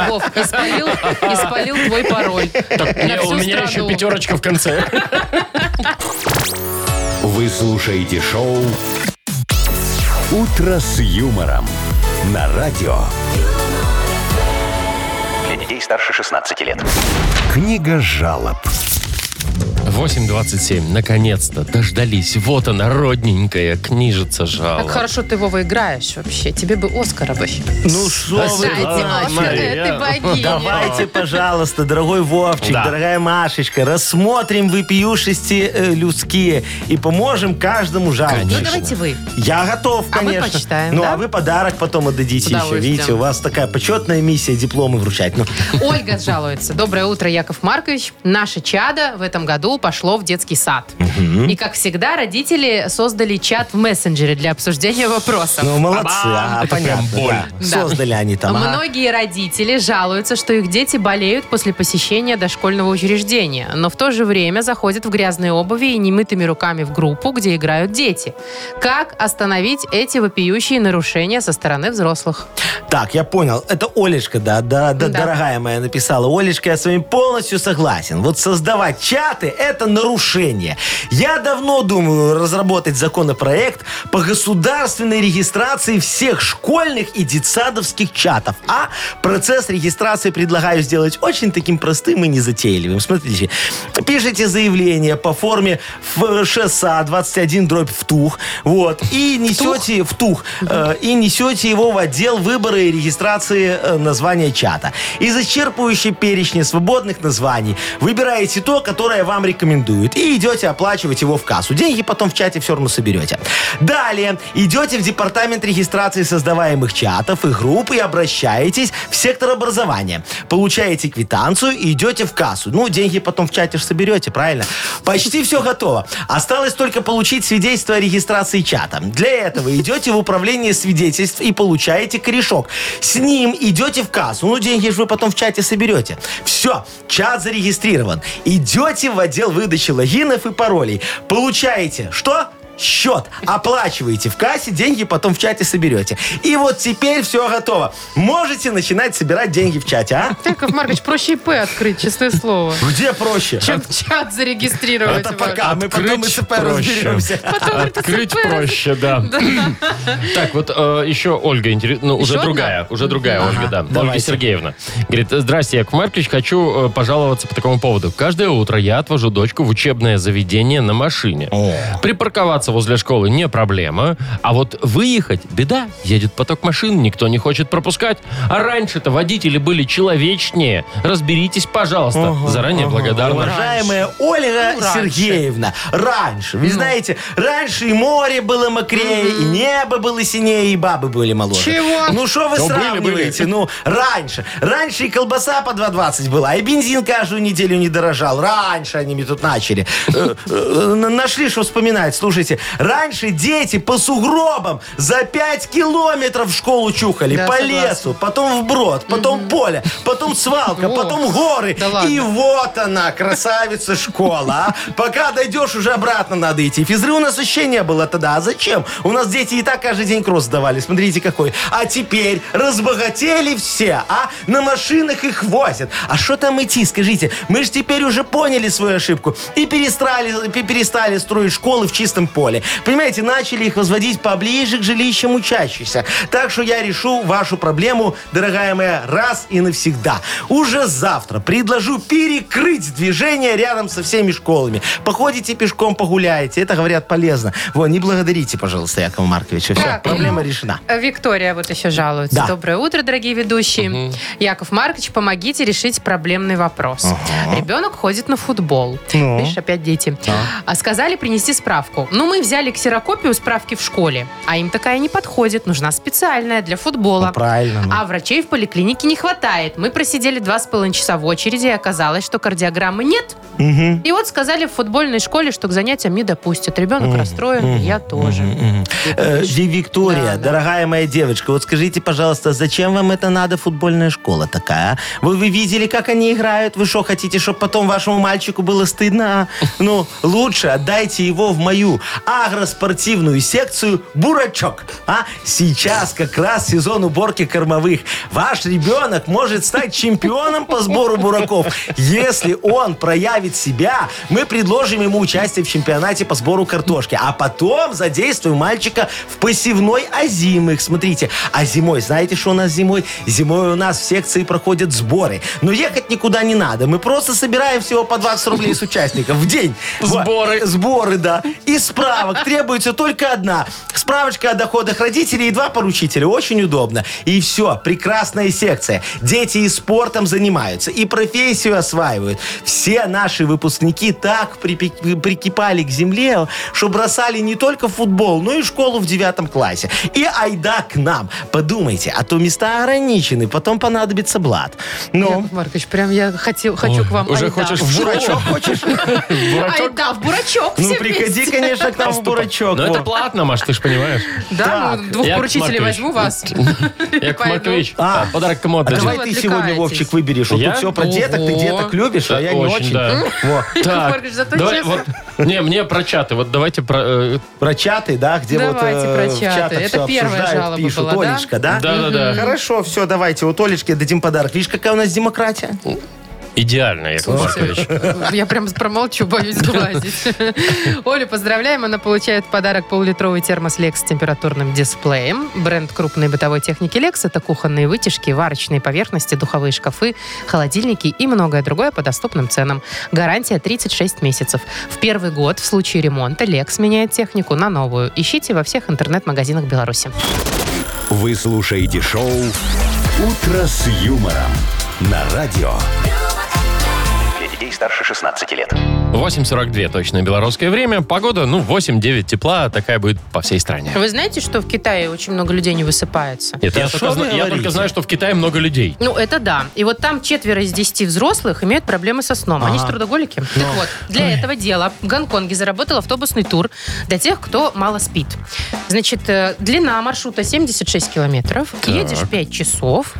S4: Вов, и спалил, и спалил твой пароль.
S2: Так,
S4: на
S2: мне- у
S4: всю
S2: меня еще
S4: страну.
S2: пятерочка в конце.
S1: Вы слушаете шоу «Утро с юмором» на радио. Для детей старше 16 лет. Книга жалоб.
S2: 8.27. Наконец-то дождались. Вот она, родненькая книжица жалоб.
S4: Как хорошо ты, Вова, играешь вообще. Тебе бы Оскара бы.
S3: Ну что вы,
S2: Спасибо,
S3: Вова,
S2: Мария.
S8: Ты богиня.
S3: Давайте, пожалуйста, дорогой Вовчик,
S2: Да.
S3: дорогая Машечка, рассмотрим выпиюшести э, людские и поможем каждому
S4: Ну,
S3: жалобе.
S2: Конечно.
S4: давайте вы.
S3: Я готов,
S4: А мы
S3: конечно.
S4: почитаем,
S3: ну,
S4: да?
S3: а вы подарок потом
S4: С
S3: отдадите еще.
S4: удовольствием.
S3: Видите, у вас такая почетная миссия дипломы вручать. Ну,
S4: Ольга жалуется. Доброе утро, Яков Маркович. Наше чадо в этом году пошло в детский сад. И, как всегда, родители создали чат в мессенджере для обсуждения вопросов.
S3: ну, молодцы, а,
S2: Это прям
S3: понятно.
S2: боль.
S3: да.
S4: Да.
S3: Создали они там. а.
S4: Многие родители жалуются, что их дети болеют после посещения дошкольного учреждения, но в то же время заходят в грязные обуви и немытыми руками в группу, где играют дети. Как остановить эти вопиющие нарушения со стороны взрослых?
S3: Так, я понял. Это Олечка, да, да, да,
S4: Да.
S3: дорогая моя написала. Олечка, я с вами полностью согласен. Вот создавать чаты – это это нарушение. Я давно думаю разработать законопроект по государственной регистрации всех школьных и детсадовских чатов. А процесс регистрации предлагаю сделать очень таким простым и незатейливым. Смотрите, пишите заявление по форме ФШСА 21 дробь втух, вот, и несете втух, э, и несете его в отдел выбора и регистрации э, названия чата. Из исчерпывающей перечня свободных названий выбираете то, которое вам рекомендуют, и идете оплачивать его в кассу. Деньги потом в чате все равно соберете. Далее идете в департамент регистрации создаваемых чатов и групп и обращаетесь в сектор образования. Получаете квитанцию и идете в кассу. Ну, деньги потом в чате ж соберете, правильно? Почти все готово. Осталось только получить свидетельство о регистрации чата. Для этого идете в управление свидетельств и получаете корешок. С ним идете в кассу. Ну, деньги же вы потом в чате соберете. Все, чат зарегистрирован. Идете в отдел выдачи логинов и паролей. Получаете что? Счет. Оплачиваете в кассе, деньги потом в чате соберете. И вот теперь все готово. Можете начинать собирать деньги в чате, а?
S4: Яков Маркович, проще ИП открыть, честное слово.
S3: Где проще?
S4: Чем чат зарегистрировать.
S3: Это
S4: его.
S3: пока, А мы потом
S2: Открыть
S3: СП
S2: проще.
S3: разберемся.
S4: Потом говорит,
S2: Открыть
S4: «СП».
S2: проще, да. Так, вот э, еще Ольга интересна. Ну, уже
S4: Еще одна?
S2: другая. Уже другая Ольга, да. Ольга
S3: давайте.
S2: Сергеевна. Говорит, здрасте, Яков Маркович, хочу э, пожаловаться по такому поводу. Каждое утро я отвожу дочку в учебное заведение на машине. Припарковаться возле школы не проблема, а вот выехать – беда. Едет поток машин, никто не хочет пропускать. А раньше-то водители были человечнее. Разберитесь, пожалуйста. Заранее благодарна.
S3: Уважаемая Ольга
S4: Ну, раньше. Ну.
S3: Сергеевна, раньше, вы знаете, раньше и море было мокрее, и небо было синее, и бабы были моложе.
S4: Чего?
S3: Ну что вы
S2: Ну, были,
S3: сравниваете? Ну, раньше. Раньше и колбаса по 2,20 была, и бензин каждую неделю не дорожал. Раньше они мне тут начали. Э, э, на- Нашли, что вспоминать. Слушайте, раньше дети по сугробам за 5 километров в школу чухали,
S4: Да,
S3: по
S4: согласна.
S3: лесу, потом вброд, потом поле, потом свалка,
S4: Ох,
S3: потом горы.
S4: да ладно.
S3: И вот она, красавица школа. а. Пока дойдешь, уже обратно надо идти. Физры у нас еще не было тогда. А зачем? У нас дети и так каждый день кросс давали. Смотрите, какой. А теперь разбогатели все, а? На машинах их возят. А что там идти, скажите? Мы же теперь уже поняли свою ошибку и перестали, пе- перестали строить школы в чистом поле. Понимаете, начали их возводить поближе к жилищам учащихся. Так что я решу вашу проблему, дорогая моя, раз и навсегда. Уже завтра предложу перекрыть движение рядом со всеми школами. Походите пешком, погуляете. Это, говорят, полезно. Вон, не благодарите, пожалуйста, Якова Марковича. Все,
S4: Так,
S3: проблема
S4: ну,
S3: решена.
S4: э, Виктория вот еще жалуется.
S3: Да.
S4: Доброе утро, дорогие ведущие. Яков Маркович, помогите решить проблемный вопрос. Ребенок ходит на футбол.
S3: Ну.
S4: Видишь, опять дети. А сказали принести справку. Ну, мы взяли ксерокопию справки в школе, а им такая не подходит. Нужна специальная для футбола.
S3: Ну, правильно. ну.
S4: А врачей в поликлинике не хватает. Мы просидели два с половиной часа в очереди, и оказалось, что кардиограммы нет. И вот сказали в футбольной школе, что к занятиям не допустят. Ребенок расстроен, и я тоже.
S3: Э, Ви- Виктория,
S4: Да, да.
S3: дорогая моя девочка, вот скажите, пожалуйста, зачем вам это надо, футбольная школа такая? а? Вы, вы видели, как они играют? Вы что, хотите, чтобы потом вашему мальчику было стыдно? а? Ну, лучше отдайте его в мою агроспортивную секцию «Бурачок». А сейчас как раз сезон уборки кормовых. Ваш ребенок может стать чемпионом по сбору бураков, если он проявит себя. Мы предложим ему участие в чемпионате по сбору картошки, а потом задействуем мальчика в посевной озимых. Смотрите, а зимой, знаете, что у нас зимой? Зимой у нас в секции проходят сборы. Но ехать никуда не надо. Мы просто собираем всего по 20 рублей с участников в день. Вот.
S2: Сборы.
S3: Сборы, да. И справок требуется только одна. Справочка о доходах родителей и два поручителя. Очень удобно. И все, прекрасная секция. Дети и спортом занимаются, и профессию осваивают. Все наши выпускники так припек- прикипали к земле, что бросали не только футбол, но и школу в девятом классе. И айда к нам. Подумайте, а то места ограничены, потом понадобится блат. Ну,
S4: Яков Маркович, прям я хотел, хочу к вам.
S2: Уже
S4: айда.
S2: хочешь в
S4: Ай,
S2: бурачок? Хочешь?
S4: да, в бурачок
S3: ну
S4: все
S3: приходи,
S4: вместе. Ну,
S3: конечно, к нам в дурачок.
S2: Но Ну, это платно, Маш, ты же понимаешь.
S4: Да, ну, двух
S2: Яков
S4: поручителей
S2: Маркович.
S4: возьму вас.
S2: Яков
S4: Пойду.
S2: Маркович,
S3: А.
S2: подарок кому
S3: А
S2: отдадим?
S3: давай
S4: Чего
S3: ты сегодня,
S4: отвлекаетесь?
S3: Вовчик, выберешь. Вот
S2: Я?
S3: тут все про деток, ты
S2: Ого.
S3: деток любишь, а
S2: Да,
S3: я не
S2: очень,
S3: очень.
S2: да.
S3: Во.
S4: Яков Маркович, зато
S2: давай
S4: честно.
S2: вот- не, мне про чаты. Вот давайте про... э,
S3: Про чаты, да, где
S4: Давайте
S3: вот
S4: про
S3: э, в
S4: чаты.
S3: чатах
S4: Это
S3: всё
S4: первая
S3: обсуждают,
S4: жалоба
S3: пишут.
S4: была, да?
S3: Олечка, да?
S2: Да-да-да.
S3: Хорошо, все, давайте. Вот Олечке дадим подарок. Видишь, какая у нас демократия?
S2: Идеально, Яков Маркович.
S4: Я прям промолчу, боюсь сглазить. Олю поздравляем. Она получает в подарок полулитровый термос Lex с температурным дисплеем. Бренд крупной бытовой техники Lex – это кухонные вытяжки, варочные поверхности, духовые шкафы, холодильники и многое другое по доступным ценам. Гарантия 36 месяцев. В первый год в случае ремонта Lex меняет технику на новую. Ищите во всех интернет-магазинах Беларуси.
S1: Вы слушаете шоу «Утро с юмором» на радио. Для детей старше 16 лет.
S2: 8.42 точно белорусское время. Погода, ну, 8-9 тепла. Такая будет по всей стране.
S4: Вы знаете, что в Китае очень много людей не высыпается?
S2: Нет,
S3: Да
S2: я,
S3: что
S2: только,
S3: вы
S2: зна- я
S3: говорите?
S2: только знаю, что в Китае много людей.
S4: Ну, это да. И вот там четверо из десяти взрослых имеют проблемы со сном. Они же трудоголики.
S3: Ну.
S4: Так вот, для этого дела в Гонконге заработал автобусный тур для тех, кто мало спит. Значит, э, длина маршрута 76 километров. Едешь 5 часов.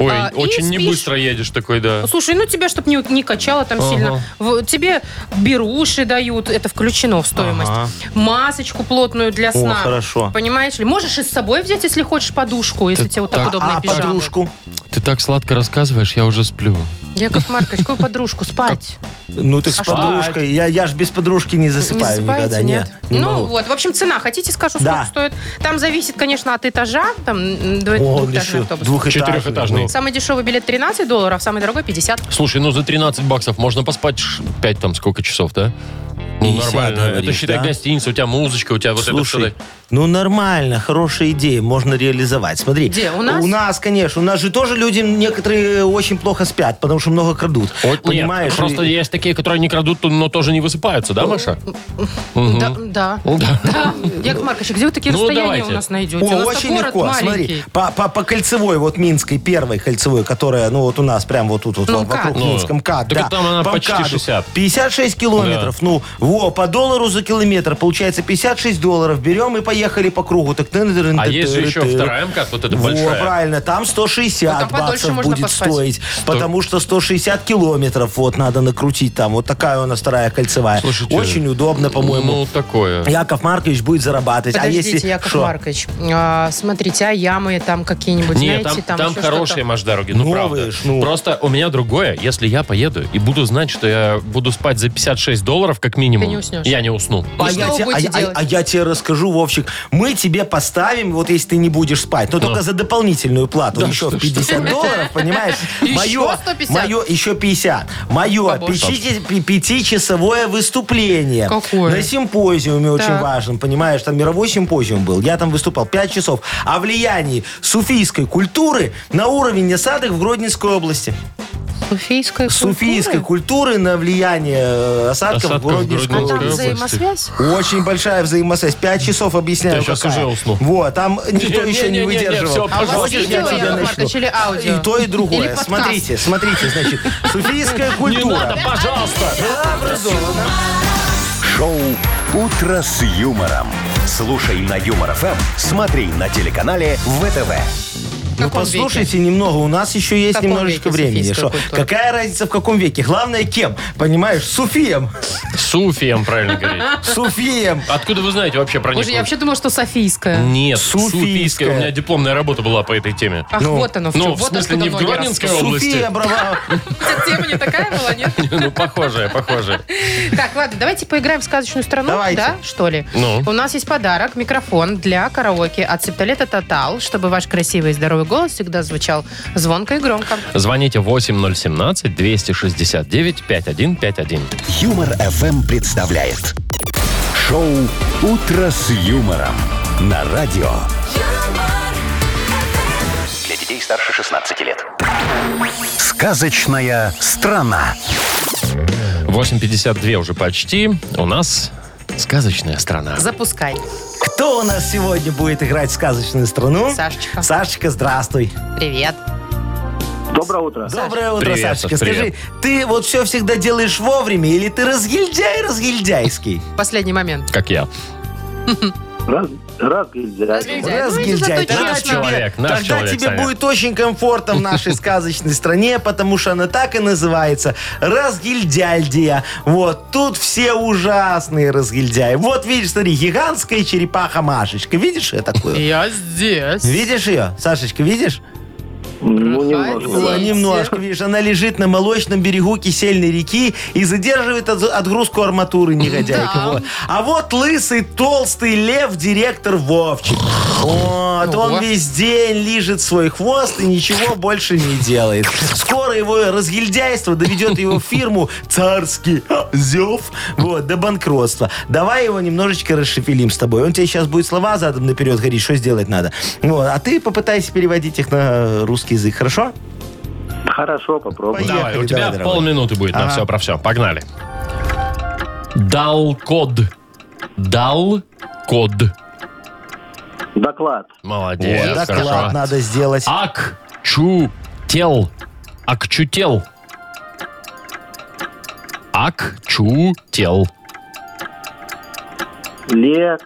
S2: Ой,
S4: А, и
S2: очень не
S4: спишь.
S2: быстро едешь такой, да.
S4: Ну, Слушай, ну тебя, чтобы не, не качало там
S2: Ага.
S4: сильно, в- тебе беруши дают, это включено в стоимость.
S3: Ага.
S4: Масочку плотную для
S3: О,
S4: сна.
S3: хорошо.
S4: Понимаешь ли? Можешь и с собой взять, если хочешь, подушку, если тебе вот так
S2: так,
S4: удобно
S3: А подружку?
S2: Ты так сладко рассказываешь, я уже сплю.
S4: Яков Маркович, какую подружку? Спать.
S3: Ну, ты с
S4: А что?
S3: подружкой. Я, я ж без подружки не засыпаю
S4: Не
S3: никогда.
S4: засыпаете,
S3: Нет. не
S4: ну
S3: могу.
S4: вот, в общем, цена. Хотите, скажу, сколько
S3: Да.
S4: стоит? Там зависит, конечно, от этажа. Там м, дво-
S3: О, он
S4: двухэтажный
S3: еще
S4: автобус.
S3: двухэтажный.
S2: Четырехэтажный.
S3: Ну,
S4: Самый дешевый билет 13 долларов, самый дорогой 50.
S2: Слушай, ну за 13 баксов можно поспать 5 там сколько часов, да? Ну,
S3: 50,
S2: нормально. Это
S3: говоришь,
S2: считай
S3: да?
S2: гостиница, у тебя музычка, у тебя вот это
S3: Слушай,
S2: все.
S3: ну нормально, хорошая идея, можно реализовать. Смотри.
S4: Где, у нас?
S3: У нас, конечно. У нас же тоже люди некоторые очень плохо спят, потому что много крадут. Понимаешь?
S2: Нет, просто
S3: И- Ну,
S2: есть такие, которые не крадут, но тоже не высыпаются, да, Маша?
S4: Да, да. Да. Яков Маркович, где вы такие
S2: Ну,
S4: расстояния
S2: давайте.
S4: у нас найдете?
S3: О,
S4: у нас
S3: очень
S4: город
S3: легко,
S4: маленький.
S3: смотри, по, по, по кольцевой, вот Минской, первой кольцевой, которая, ну вот у нас прям вот тут, вот
S4: Ну,
S3: во- вокруг
S4: МКАД.
S2: Ну,
S3: Минска, МКАД,
S2: так
S3: да.
S2: там она
S3: по
S2: почти
S3: МКАДу.
S2: 60.
S3: 56 километров, ну, во, по доллару за километр, получается 56 долларов, берем и поехали по кругу. Так,
S2: А есть же еще вторая МКАД, вот эта
S3: Во,
S2: большая.
S3: правильно, там 160
S4: Ну, там подольше
S3: баксов
S4: можно
S3: будет
S4: поспать.
S3: стоить, потому что 160 километров вот надо накрутить там. Вот такая у нас вторая кольцевая.
S2: Слушайте,
S3: Очень удобно,
S2: Ну,
S3: по-моему.
S2: такое.
S3: Яков Маркович будет зарабатывать.
S4: Подождите,
S3: а если...
S4: Яков
S3: Шо?
S4: Маркович, а, смотрите, а ямы там какие-нибудь,
S2: Нет,
S4: знаете,
S2: там,
S4: там,
S2: там
S4: еще
S2: хорошие
S4: что-то?
S2: марш дороги, ну
S3: Новые
S2: правда.
S3: ж, ну.
S2: Просто у меня другое. Если я поеду и буду знать, что я буду спать за 56 долларов как минимум,
S4: Ты не уснешь.
S2: я не усну.
S4: И
S3: А
S4: что
S3: я,
S4: вы
S3: те- а
S4: будете
S3: я- а-
S4: делать?
S3: а я тебе расскажу, Вовчик. Мы тебе поставим, вот если ты не будешь спать, но
S2: Ну.
S3: только за дополнительную плату еще в 50 долларов, понимаешь?
S4: Еще
S3: Мое,
S4: 150?
S3: мое, еще 50. Мое
S4: Побольше.
S3: пяти- пи- пятичасовое выступление.
S4: Какое?
S3: На симпозиуме очень
S4: Так.
S3: важном, понимаешь? Там мировой симпозиум был. Я там выступал 5 часов. О влиянии суфийской культуры на уровень осадок в Гродненской области.
S4: Суфийская культура?
S3: Суфийской культуры на влияние э, осадков,
S2: Осадков в
S3: в Гродненской
S2: Гродненской
S4: А
S3: области.
S4: там
S2: области.
S4: взаимосвязь?
S3: Очень большая взаимосвязь. Пять часов объясняю.
S2: Я щас
S3: какая.
S2: уже усну.
S3: Вот, там никто
S2: Не,
S3: еще
S2: не,
S3: не,
S2: не, не, всё,
S3: выдерживал.
S2: А у вас
S3: Хочешь,
S4: видео,
S3: я тебе
S4: Яков
S3: начну?
S4: Маркович, или аудио?
S3: И то, и
S4: Или
S3: другое.
S4: подкаст?
S3: Смотрите, смотрите, значит, суфийская
S2: Не надо,
S3: культура.
S2: пожалуйста!
S3: Была образована.
S1: Шоу «Утро с юмором». Слушай на Юмор ФМ, смотри на телеканале ВТВ.
S3: Ну,
S4: каком веке?
S3: послушайте немного, у нас еще
S4: В
S3: есть
S4: каком
S3: немножечко
S4: веке
S3: времени. Что?
S4: суфийская культура?
S3: Какая разница в каком веке? Главное, кем? Понимаешь? Суфием.
S2: Суфием, правильно говорить.
S3: Суфием.
S2: Откуда вы знаете вообще про них?
S4: Боже, я вообще думала, что Софийская.
S2: Нет, суфийская.
S3: Суфийская.
S2: У меня дипломная работа была по этой теме.
S4: Ах, вот оно в чем.
S2: Ну, в
S4: вот
S2: смысле, не в
S4: откуда ноги
S2: Гродненской области.
S3: Суфия брала.
S4: растут. Тема не такая была, нет?
S2: Ну, похожая, похожая.
S4: Так, ладно, давайте поиграем в сказочную страну,
S3: Давайте.
S4: да, что ли?
S2: Ну.
S4: У нас есть подарок, микрофон для караоке от Септолета Тотал, чтобы ваш красивый и здоровый голос всегда звучал звонко и громко.
S2: Звоните 8017-269-5151.
S1: Юмор ФМ представляет. Шоу «Утро с юмором» на радио. Для детей старше 16 лет. Сказочная страна.
S2: 8.52 уже почти. У нас сказочная страна.
S4: Запускай.
S3: Кто у нас сегодня будет играть в сказочную страну?
S4: Сашечка.
S3: Сашечка, здравствуй.
S4: Привет.
S9: Доброе утро.
S3: Доброе утро,
S2: Привет,
S3: Сашечка.
S2: Саш, привет.
S3: Скажи, ты вот все всегда делаешь вовремя или ты разгильдяй разгильдяйский?
S4: Последний момент.
S2: Как я.
S9: Раз, раз нельзя.
S4: Разгильдяй. Ну, видишь,
S3: Разгильдяй.
S4: зато
S3: Тогда
S2: Наш
S4: честно.
S2: человек.
S3: тебе,
S2: наш
S3: тогда
S2: человек,
S3: тебе
S2: Саня.
S3: будет очень комфортно в нашей сказочной стране, потому что она так и называется. Разгильдяльдия. Вот, тут все ужасные разгильдяи. Вот, видишь, смотри, гигантская черепаха Машечка. Видишь ее такую?
S4: Я здесь.
S3: Видишь ее, Сашечка, видишь?
S9: Ну, немножко,
S3: Было
S9: да.
S4: Видите?
S3: немножко, видишь, она лежит на молочном берегу кисельной реки и задерживает от- отгрузку арматуры, негодяйка.
S4: Да.
S3: вот. А вот лысый, толстый лев, директор Вовчик. Вот, он
S2: Ого.
S3: весь день лижет свой хвост и ничего больше не делает. Скоро его разгильдяйство доведет его фирму «Царский Зев» вот, до банкротства. Давай его немножечко расшепелим с тобой. Он тебе сейчас будет слова задом наперед говорить, что сделать надо. Вот, а ты попытайся переводить их на русский язык, хорошо?
S9: Хорошо, попробуем.
S3: Поехали,
S2: Давай, у тебя
S3: давай, дорогой.
S2: полминуты будет на
S3: Ага.
S2: все про все. Погнали. Дал код. Дал код.
S9: Доклад.
S2: Молодец,
S3: Вот, доклад
S2: хорошо. А,
S3: надо сделать.
S2: Ак чу тел. Ак чу тел. Ак чу тел.
S9: Лет.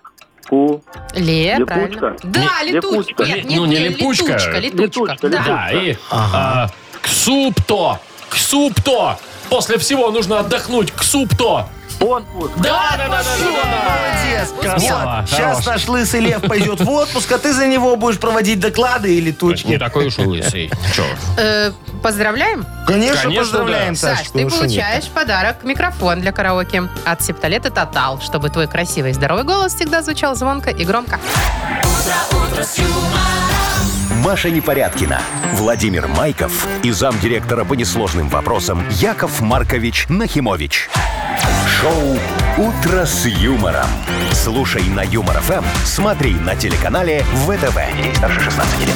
S9: Ку.
S4: Ле,
S9: Липучка?
S4: правильно. Да,
S9: Не-
S4: липучка.
S9: липучка.
S4: Нет,
S2: Ну,
S4: нет,
S2: не
S4: нет,
S2: липучка.
S4: летучка. Летучка,
S9: Летучка,
S4: да.
S2: Да, и
S3: Ага.
S2: а, ксупто. Ксупто. После всего нужно отдохнуть. Ксупто.
S9: Отпуск.
S2: Да, да, да, да, да,
S3: Молодец,
S2: ну, Красава,
S3: Сейчас
S2: хорош.
S3: наш лысый лев пойдет в отпуск, а ты за него будешь проводить доклады или
S2: да. Не
S3: тучки.
S2: такой уж и лысый. Чё?
S4: Э, Поздравляем,
S3: Конечно,
S2: Конечно,
S3: поздравляем,
S4: Саш,
S3: Сашечку,
S4: ты
S3: ну что нет-то.
S4: получаешь подарок микрофон для караоке от Септолета Тотал, чтобы твой красивый и здоровый голос всегда звучал звонко и громко.
S1: Маша Непорядкина, Владимир Майков и замдиректора по несложным вопросам Яков Маркович Нахимович. Шоу «Утро с юмором». Слушай на Юмор ФМ, смотри на телеканале ВТВ. Ей старше 16 лет.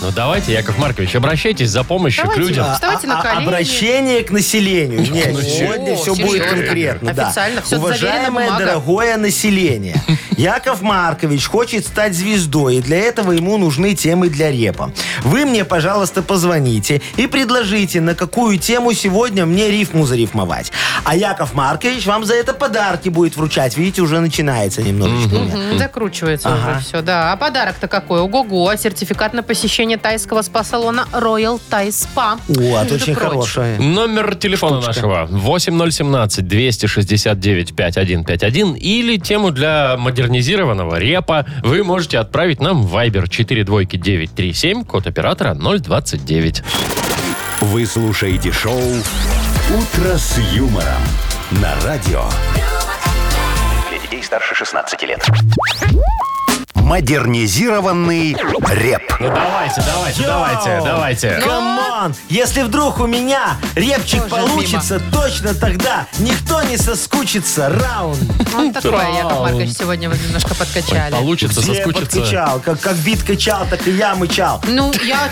S2: Ну давайте, Яков Маркович, обращайтесь за помощью к
S4: Давайте.
S2: людям.
S4: А, Вставайте на колени.
S3: Обращение к населению. Нет,
S2: ну,
S3: сегодня
S4: о,
S3: все будет
S4: серьезно?
S3: конкретно. да.
S4: Официально, всё заверенная
S3: Уважаемое
S4: бумага.
S3: дорогое население, Яков Маркович хочет стать звездой, и для этого ему нужны темы для репа. Вы мне, пожалуйста, позвоните и предложите, на какую тему сегодня мне рифму зарифмовать. А Яков Маркович вам за это подарки будет вручать. Видите, уже начинается немножечко. у меня.
S4: М, Закручивается
S3: Ага.
S4: уже все, да. А подарок-то какой? Ого-го, сертификат на посещение тайского спа-салона Royal Thai Spa.
S3: Вот,
S4: Между
S3: а очень
S4: прочим.
S3: хорошее.
S2: Номер телефона нашего 8017-269-5151 или тему для модернизированного репа вы можете отправить нам в Viber 42937, код оператора 029.
S1: Вы слушаете шоу «Утро с юмором» на радио. Для детей старше 16 лет. Модернизированный реп.
S2: Ну давайте, давайте,
S3: Йоу!
S2: давайте,
S4: Ну,
S2: давайте.
S3: Камон! Если вдруг у меня репчик
S4: Тоже
S3: получится, точно тогда никто не соскучится. Раунд.
S4: Вот такое, Яков
S2: Браун.
S4: Маркович, сегодня вы немножко подкачали.
S2: Получится,
S3: Все
S2: соскучиться.
S3: подкачал. Как, как бит качал, так и я мычал.
S4: Ну, я,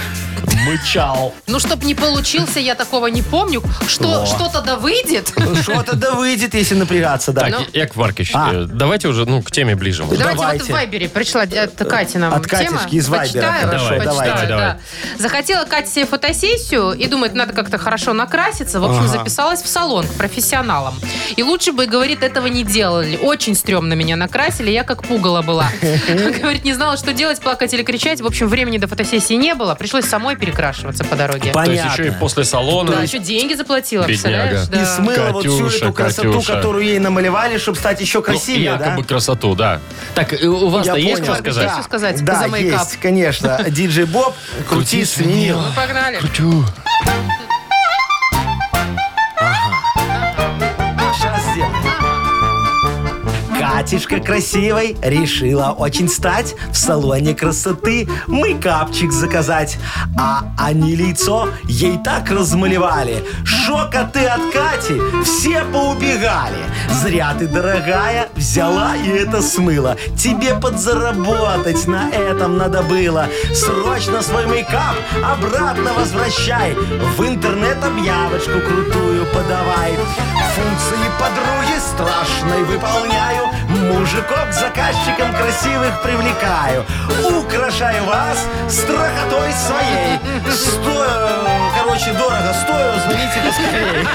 S2: Мычал.
S4: ну, чтоб не получился, я такого не помню. Что, что-то да выйдет.
S3: Что-то да выйдет, если напрягаться, да.
S2: Так,
S4: Ну
S2: Яков Маркович,
S3: А.
S2: э, давайте уже ну, к теме ближе. может.
S4: Давайте, вот
S3: Давайте.
S4: в Вайбере пришла э, т- Катя нам
S3: От Катюшки
S4: тема.
S3: из Вайбера.
S4: Почитаю,
S2: Хорошо,
S4: почитаю,
S2: давайте.
S4: да.
S2: Давай.
S4: Захотела Катя себе фотосессию и думает, надо как-то хорошо накраситься. В общем, записалась в салон к профессионалам. И лучше бы, говорит, этого не делали. Очень стрёмно меня накрасили, я как пугала была. Говорит, не знала, что делать, плакать или кричать. В общем, времени до фотосессии не было. Пришлось самой перекрашиваться по дороге.
S2: То
S3: Понятно.
S2: есть еще и после салона. ну,
S4: Да, еще деньги заплатила,
S2: Бедняга.
S4: представляешь?
S3: И
S4: Да.
S3: смыла вот всю
S2: Катюша,
S3: эту красоту,
S2: Катюша.
S3: которую ей намалевали, чтобы стать еще
S2: ну,
S3: красивее, да?
S2: якобы красоту, да. Так, э, у вас-то
S3: Я
S2: есть
S3: понял.
S2: что сказать?
S4: Есть что сказать
S3: Да,
S4: за мейкап?
S3: есть, конечно. Диджей Боб, крути свинил.
S4: Ну, погнали.
S2: Крутю.
S3: Сейчас сделаем. Катишка красивой решила очень стать В салоне красоты мейкапчик заказать А они лицо ей так размалевали Шо коты от Кати все поубегали Зря ты, дорогая, взяла и это смыла Тебе подзаработать на этом надо было Срочно свой мейкап обратно возвращай В интернет объявочку крутую подавай Функции подруги страшной выполняю Мужиков к заказчикам красивых привлекаю Украшаю вас страхотой своей Стою, короче, дорого стою, звоните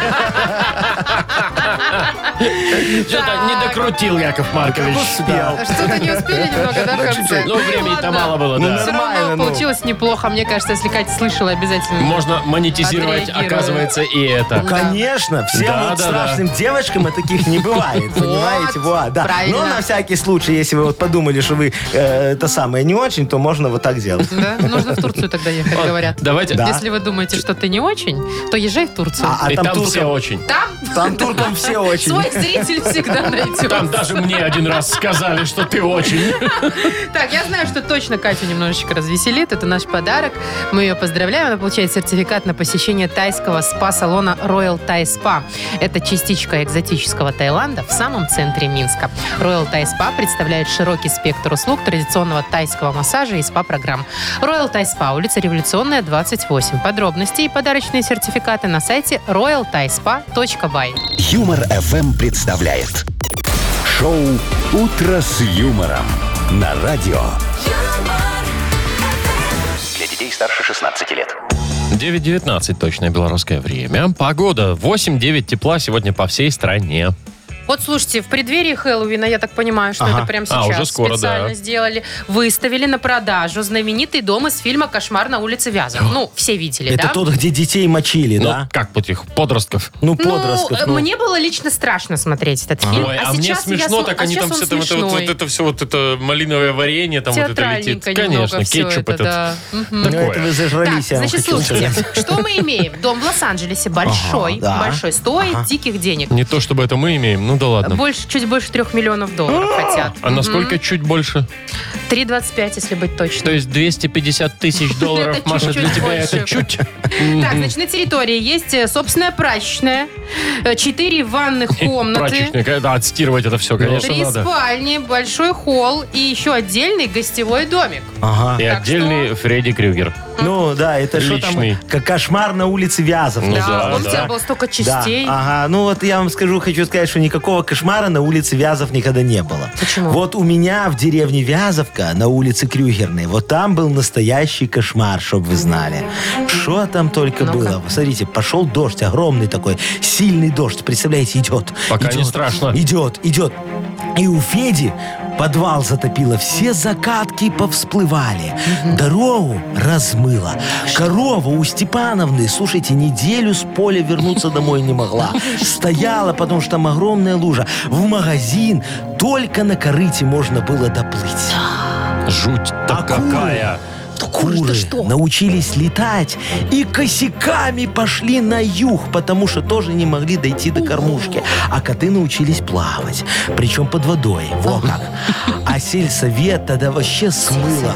S3: поскорее
S2: Что-то не докрутил Яков Маркович.
S3: Успел.
S4: Что-то не успели немного, да, в конце?
S2: Ну, времени-то
S4: Ладно.
S2: мало было,
S3: Ну,
S2: да.
S4: Все равно
S3: Нормально, ну.
S4: получилось неплохо. Мне кажется, если Катя слышала, обязательно.
S2: Можно монетизировать,
S4: Отреагирую.
S2: оказывается, и
S4: Ну
S2: это.
S3: Конечно, всем
S2: Да,
S3: вот
S2: да,
S3: страшным девочкам и таких не бывает, понимаете? Вот, да.
S4: правильно.
S3: Но на всякий случай, если вы вот подумали, что вы э, это самое не очень, то можно вот так делать.
S4: Да? Нужно в Турцию тогда ехать,
S2: Вот,
S4: говорят.
S2: Давайте.
S3: Да.
S4: Если вы думаете, что ты не очень, то езжай в Турцию.
S3: А, а
S2: И
S3: там,
S2: там все
S3: туркам,
S2: очень.
S4: Там
S3: там туркам все очень.
S4: свой зритель всегда
S2: Там
S4: найдет.
S2: даже мне один раз сказали, что ты очень.
S4: Так, я знаю, что точно Катю немножечко развеселит. Это наш подарок. Мы ее поздравляем. Она получает сертификат на посещение тайского спа-салона Royal Thai Spa. Это частичка экзотического Таиланда в самом центре Минска. Royal Thai Spa представляет широкий спектр услуг традиционного тайского массажа и спа-программ. Royal Thai Spa, улица Революционная, 28. Подробности и подарочные сертификаты на сайте royalthaispa.by.
S1: Юмор FM представляет шоу Утро с юмором на радио. Для детей старше 16 лет.
S2: 9.19 точное белорусское время. Погода 8-9 тепла сегодня по всей стране.
S4: Вот слушайте, в преддверии Хэллоуина, я так понимаю, что
S3: Ага.
S4: это прямо
S2: А,
S4: сейчас
S2: уже скоро,
S4: специально
S2: да.
S4: сделали, выставили на продажу знаменитый дом из фильма «Кошмар на улице Вязов». Ну, все видели,
S3: Это
S4: да?
S3: тот, где детей мочили,
S2: Ну,
S3: да?
S2: как вот их подростков.
S3: Ну,
S4: Ну,
S3: подростков.
S4: э,
S3: ну.
S4: мне было лично страшно смотреть этот фильм.
S2: Ой, а, мне
S4: сейчас я
S2: смешно,
S4: см-
S2: так
S4: а
S2: они
S4: сейчас
S2: там
S4: он
S2: все это вот, вот- вот
S4: смешной.
S2: это все вот это малиновое варенье там вот это летит.
S4: Театральненько немного
S2: Конечно,
S4: всё
S2: кетчуп
S4: это,
S2: этот.
S4: да. Мгм.
S3: Ну, это вы
S4: Так,
S3: зажрались, я вам
S4: значит,
S3: хочу
S4: слушайте,
S3: сказать.
S4: что мы имеем? Дом в Лос-Анджелесе большой,
S3: да.
S4: большой, стоит диких денег.
S2: Не то чтобы это мы имеем, ну да ладно.
S4: Больше, чуть больше трех миллионов долларов хотят.
S2: А насколько чуть больше?
S4: 3,25, если быть точным.
S2: То есть 250 тысяч долларов,
S4: Ну, Это
S2: Маша, для
S4: чуть-чуть
S2: тебя
S4: больше.
S2: это чуть.
S4: Так, значит, на территории есть э, собственная прачечная, э, четыре ванных комнаты,
S2: Прачечник, да, отстирывать это все, конечно,
S4: Ну, три
S2: надо.
S4: спальни, большой холл и еще отдельный гостевой домик.
S2: И
S3: Ага.
S4: Так
S2: отдельный Фредди Крюгер.
S3: Ну, да, это что там?
S2: Личный.
S3: Как кошмар на улице Вязов.
S2: Ну да,
S4: Да, у
S2: да.
S4: тебя было столько частей.
S3: Да, ага. Ну вот я вам скажу, хочу сказать, что никакого кошмара на улице Вязов никогда не было.
S4: Почему?
S3: Вот у меня в деревне Вязовка на улице Крюгерной, вот там был настоящий кошмар, чтобы вы знали. Что там только
S4: Ну-ка.
S3: было. Смотрите, пошел дождь, огромный такой, сильный дождь, представляете, идет.
S2: Пока не
S3: идет,
S2: страшно.
S3: Идет, идет. И у Феди подвал затопило, все закатки повсплывали, дорогу размыло. Корова у Степановны, слушайте, неделю с поля вернуться домой не могла. Стояла, потому что там огромная лужа. В магазин только на корыте можно было доплыть.
S2: Жуть-то
S3: А куры?
S2: какая.
S3: Куры
S4: что?
S3: научились летать и косяками пошли на юг, потому что тоже не могли дойти до кормушки. А коты научились плавать, причем под водой. Во как. А сельсовет тогда вообще смыло.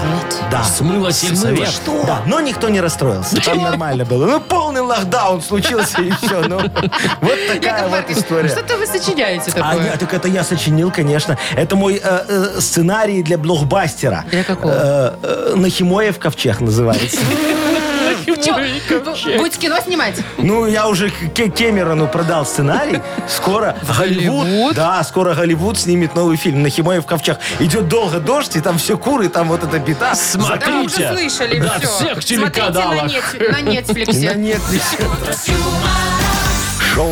S3: Да.
S2: Смыло сельсовет?
S3: Что? Да, но никто не расстроился. Там нормально было. Ну, полный локдаун случился и все. Ну, вот такая
S4: Яков
S3: вот
S4: Маркович,
S3: история.
S4: Что-то вы сочиняете
S3: А, нет,
S4: такое?
S3: так это я сочинил, конечно. Это мой э, э, сценарий для блокбастера.
S4: Для какого?
S3: Э, э, Нахимоев ковчег называется.
S4: Чё, б- Будь кино снимать?
S3: Ну, я уже к- Ке- Кемерону продал сценарий. Скоро
S4: Голливуд?
S3: Голливуд... Да, скоро Голливуд снимет новый фильм «Нахимоев ковчег». Идет долго дождь, и там все куры, там вот эта беда.
S4: Да мы уже
S2: Смотрите.
S4: слышали
S2: Да,
S4: все.
S2: всех
S4: Смотрите на
S2: телеканалах.
S4: нет- на
S3: Да
S4: Нетфликсе.
S3: нет, не всё.
S1: Шоу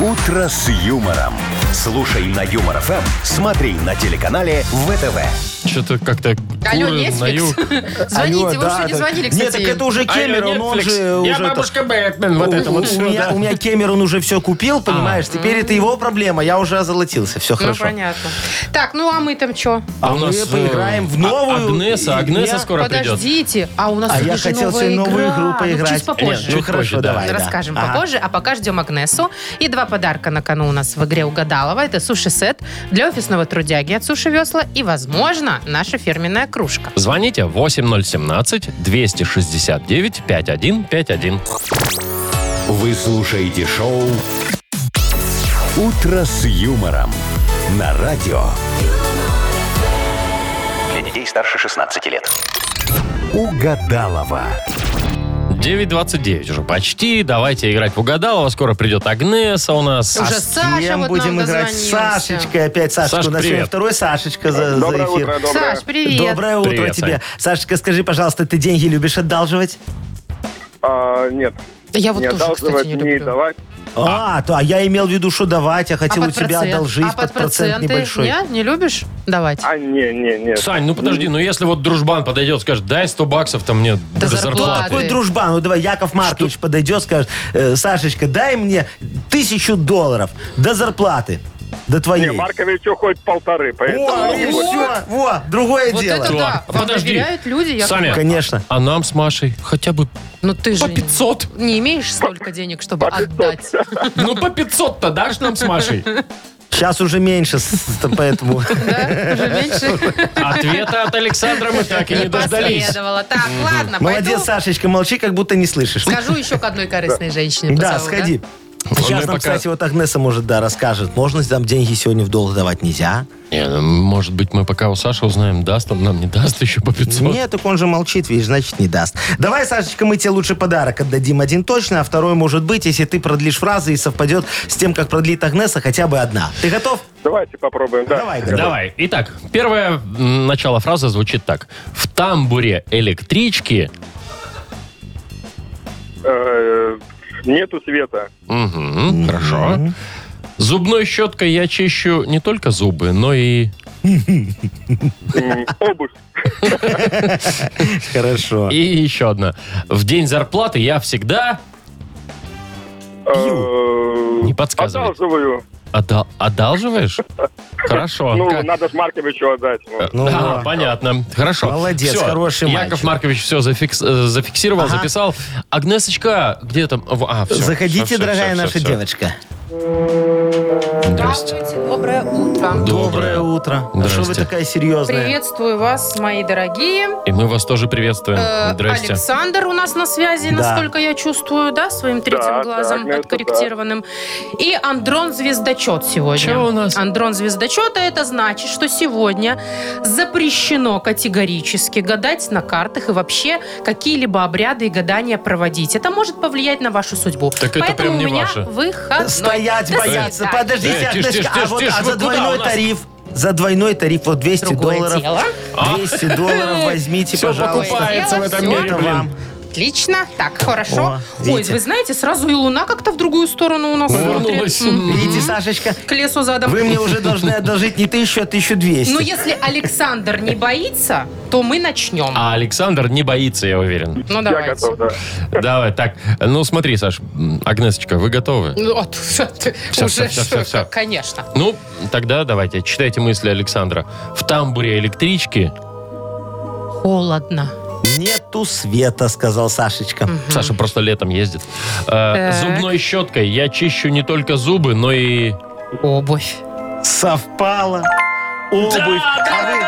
S1: Утро с юмором. Слушай на Юмор ФМ, смотри на телеканале ВТВ.
S2: Что-то как-то
S4: Алло,
S2: куры на юг.
S4: Netflix? Звоните,
S3: Алло,
S4: вы
S3: да,
S4: уже не
S3: да.
S4: звонили,
S3: Нет, так это
S4: кстати.
S3: уже Кемерон,
S2: Алло,
S3: он
S2: Netflix.
S3: же...
S2: Я
S3: уже это-
S2: бабушка Бэтмен, вот
S3: У-
S2: это вот
S3: у
S2: всё,
S3: меня-
S2: да.
S3: У меня Кемерон уже все купил, понимаешь? Теперь это его проблема, я уже озолотился, все
S4: Ну,
S3: хорошо.
S4: понятно. Так, ну а мы там что?
S3: А мы
S2: э,
S3: поиграем в
S2: А-
S3: новую
S2: Агнеса,
S3: и-
S2: Агнеса
S3: я-
S2: скоро придет.
S4: Подождите, а у нас
S3: А
S4: сегодня
S3: я
S4: же
S3: хотел
S4: новая
S3: сегодня новую игру
S4: Ну,
S3: поиграть.
S4: чуть попозже.
S2: Нет,
S3: Ну
S2: Чуть позже,
S3: хорошо,
S2: да.
S3: давай. да.
S4: Расскажем
S3: Ага.
S4: попозже, а пока ждем Агнесу. И два подарка на кону у нас в игре «Угадалова». Это суши-сет для офисного трудяги от Суши Весла и, возможно, наша фирменная кружка.
S2: Звоните 8017-269-5151.
S1: Вы слушаете шоу Утро с юмором на радио. Для детей старше 16 лет. Угадалова.
S2: 9.29 уже почти. Давайте играть в угадалово. Скоро придет Агнеса у нас.
S4: Уже
S3: С
S4: Саша
S3: кем
S4: вот
S3: будем
S4: нам
S3: играть? С
S4: дозвонился.
S3: Сашечкой опять. Сашечка,
S2: Саш,
S3: у нас сегодня
S2: привет.
S3: второй Сашечка за, за
S9: Доброе
S3: эфир.
S9: утро, доброе.
S4: Саш, привет.
S3: Доброе утро
S2: Привет,
S3: тебе.
S2: Сань.
S3: Сашечка, скажи, пожалуйста, ты деньги любишь одалживать?
S9: А, нет,
S4: Я вот
S9: не
S4: тоже, кстати,
S9: одалживать,
S4: не
S9: не
S4: люблю.
S9: давать.
S3: А, то, а я имел в виду, что давать, я хотел
S4: а
S3: у
S4: под
S3: тебя
S4: процент?
S3: одолжить
S4: А под
S3: процент
S4: проценты
S3: небольшой.
S4: не, не любишь давать?
S9: А, не, не, не.
S2: Сань, ну подожди, ну если вот дружбан подойдет, скажет, дай 100 баксов-то мне до
S4: До зарплаты.
S2: зарплаты.
S3: Какой дружбан? Ну давай, Яков Маркович подойдет, скажет, «Э, Сашечка, дай мне тысячу долларов до зарплаты, до твоей.
S9: Не, Марковичу хоть полторы, поэтому...
S3: О, и все, во, другое
S4: вот
S3: дело.
S4: это
S2: Что?
S4: да. Вам
S2: Подожди.
S4: доверяют люди? Яков
S2: Саня.
S4: Маркович?
S3: Конечно.
S2: А нам с Машей хотя бы
S4: Ну ты же
S2: по 500.
S4: не имеешь столько денег, чтобы отдать.
S2: Ну по 500-то дашь нам с Машей?
S3: Сейчас уже меньше, с- с- поэтому...
S4: Да? Уже меньше
S2: Ответа от Александра мы так и не дождались.
S4: последовало. Так, ладно, пойду.
S3: Молодец, Сашечка, молчи, как будто не слышишь.
S4: Схожу еще к одной корыстной женщине.
S3: Да,
S4: позову,
S3: сходи. Сейчас
S2: мы
S3: нам,
S2: пока-
S3: кстати, вот Агнеса может, да, расскажет. Можно там деньги сегодня в долг давать? Нельзя.
S2: Не, ну, может быть, мы пока у Саши узнаем, даст он нам, не даст еще по 500.
S3: Нет, так он же молчит, видишь, значит, не даст. Давай, Сашечка, мы тебе лучше подарок отдадим один точно, а второй может быть, если ты продлишь фразы и совпадет с тем, как продлит Агнеса хотя бы одна. Ты готов?
S9: Давайте попробуем, да.
S3: Давай, дорогой.
S2: Давай. Итак, первое м, начало фразы звучит так. В тамбуре электрички...
S9: Э, Нету света.
S2: Мгм, Хорошо. Зубной щеткой я чищу не только зубы, но и...
S9: М, Обувь.
S3: Хорошо.
S2: И еще одна. В день зарплаты я всегда
S9: Э,
S2: Не подсказывай.
S9: Одалживаю.
S2: отда- одалживаешь? Хорошо.
S9: Ну,
S2: Как-
S9: надо ж Марковичу отдать. ну.
S3: Ну,
S2: А, понятно. Хорошо.
S3: Молодец,
S2: Всё.
S3: хороший
S2: Яков
S3: мальчик.
S2: Маркович все зафиксировал,
S3: Ага.
S2: записал. Агнесочка, где там? В- а, всё,
S3: Заходите,
S2: всё, всё,
S3: дорогая
S2: всё,
S3: наша
S2: всё.
S3: девочка.
S2: Здрасте.
S4: доброе утро.
S2: Доброе.
S3: утро. А
S2: Здрасте.
S3: что вы такая серьезная?
S4: Приветствую вас, мои дорогие.
S2: И мы вас тоже приветствуем.
S4: Э,
S2: Здрасте.
S4: Александр у нас на связи,
S3: Да.
S4: насколько я чувствую, да, своим третьим
S9: да,
S4: глазом
S9: Агнесса,
S4: откорректированным. И Андрон Звездочет сегодня.
S2: Чего у нас?
S4: Андрон Звездочета это значит, что сегодня запрещено категорически гадать на картах и вообще какие-либо обряды и гадания проводить. Это может повлиять на вашу судьбу.
S2: Так это
S4: Поэтому
S2: прям не
S4: у меня
S2: ваше.
S4: выходной.
S3: Стоять
S4: До
S3: бояться.
S4: свидания.
S3: Подождите,
S2: Э, тише,
S3: Агнесочка,
S2: тише,
S3: а
S2: тише,
S3: вот
S2: тише,
S3: а
S2: вы
S3: за
S2: куда у
S3: двойной
S2: нас?
S3: тариф... За двойной тариф вот 200
S4: Другое
S3: долларов.
S4: дело.
S2: А?
S3: 200 долларов возьмите,
S2: Всё
S3: пожалуйста.
S2: покупается в этом
S4: Всё.
S2: мире,
S3: Это
S2: блин.
S3: вам.
S4: Отлично. Так, хорошо.
S3: О,
S4: Ой,
S3: видите.
S4: вы знаете, сразу и луна как-то в другую сторону у нас смотрит.
S2: Повернулась.
S4: М.
S3: Видите, Сашечка,
S4: К лесу задом.
S3: вы мне уже должны одолжить не тысячу, а тысячу
S4: Ну,
S3: двести.
S4: если Александр не боится, то мы начнем.
S2: А Александр не боится, я уверен.
S4: Ну,
S9: Я
S4: давайте.
S9: готов, да.
S2: Давай, так. Ну, смотри, Саш, м, Агнесочка, вы готовы?
S4: Ну, вот, всё, ты
S2: Всё,
S4: уже
S2: всё, всё,
S4: всё,
S2: всё.
S4: конечно.
S2: Ну, тогда давайте, читайте мысли Александра. В тамбуре электрички...
S4: Холодно.
S3: Нету света, сказал Сашечка.
S2: Саша просто летом ездит. Э,
S4: Так.
S2: зубной щеткой я чищу не только зубы, но и...
S4: Обувь.
S3: Совпало. Обувь. а, вы,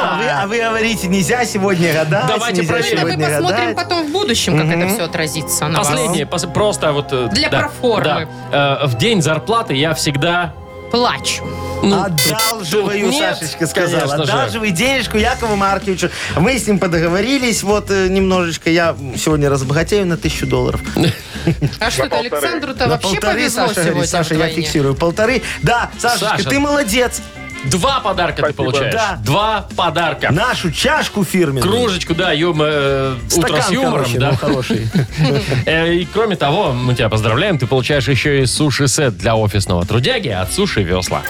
S3: а вы- а вы говорите, нельзя сегодня гадать,
S2: Давайте
S3: нельзя
S2: проверим.
S4: Это А мы
S3: сегодня
S4: посмотрим
S3: гадать.
S4: потом в будущем, как это все отразится на вас.
S2: Последнее, пос- просто вот... э,
S4: Для проформы.
S2: да. Э, в день зарплаты я всегда...
S4: Плачу.
S2: ну,
S3: Одалживаю,
S2: тут нет,
S3: Сашечка сказал.
S2: конечно же.
S3: Одалживай денежку Якову Марковичу. Мы с ним подоговорились, вот э, немножечко. Я сегодня разбогатею на тысячу долларов.
S4: А что-то Александру-то
S3: на
S4: вообще
S3: полторы,
S4: повезло
S3: Саша
S4: сегодня
S3: говорит. Саша, я
S4: вдвойне.
S3: фиксирую. Полторы. Да, Сашечка,
S2: Саша.
S3: ты молодец.
S2: Два подарка ты
S9: Спасибо.
S2: получаешь.
S3: Да.
S2: Два подарка.
S3: Нашу чашку фирменную.
S2: Кружечку, да, юм, э, утро с
S3: Стакан,
S2: юмором,
S3: короче,
S2: да.
S3: ну, хороший.
S2: Э, И кроме того, мы тебя поздравляем, ты получаешь еще и суши-сет для офисного трудяги от Суши Весла.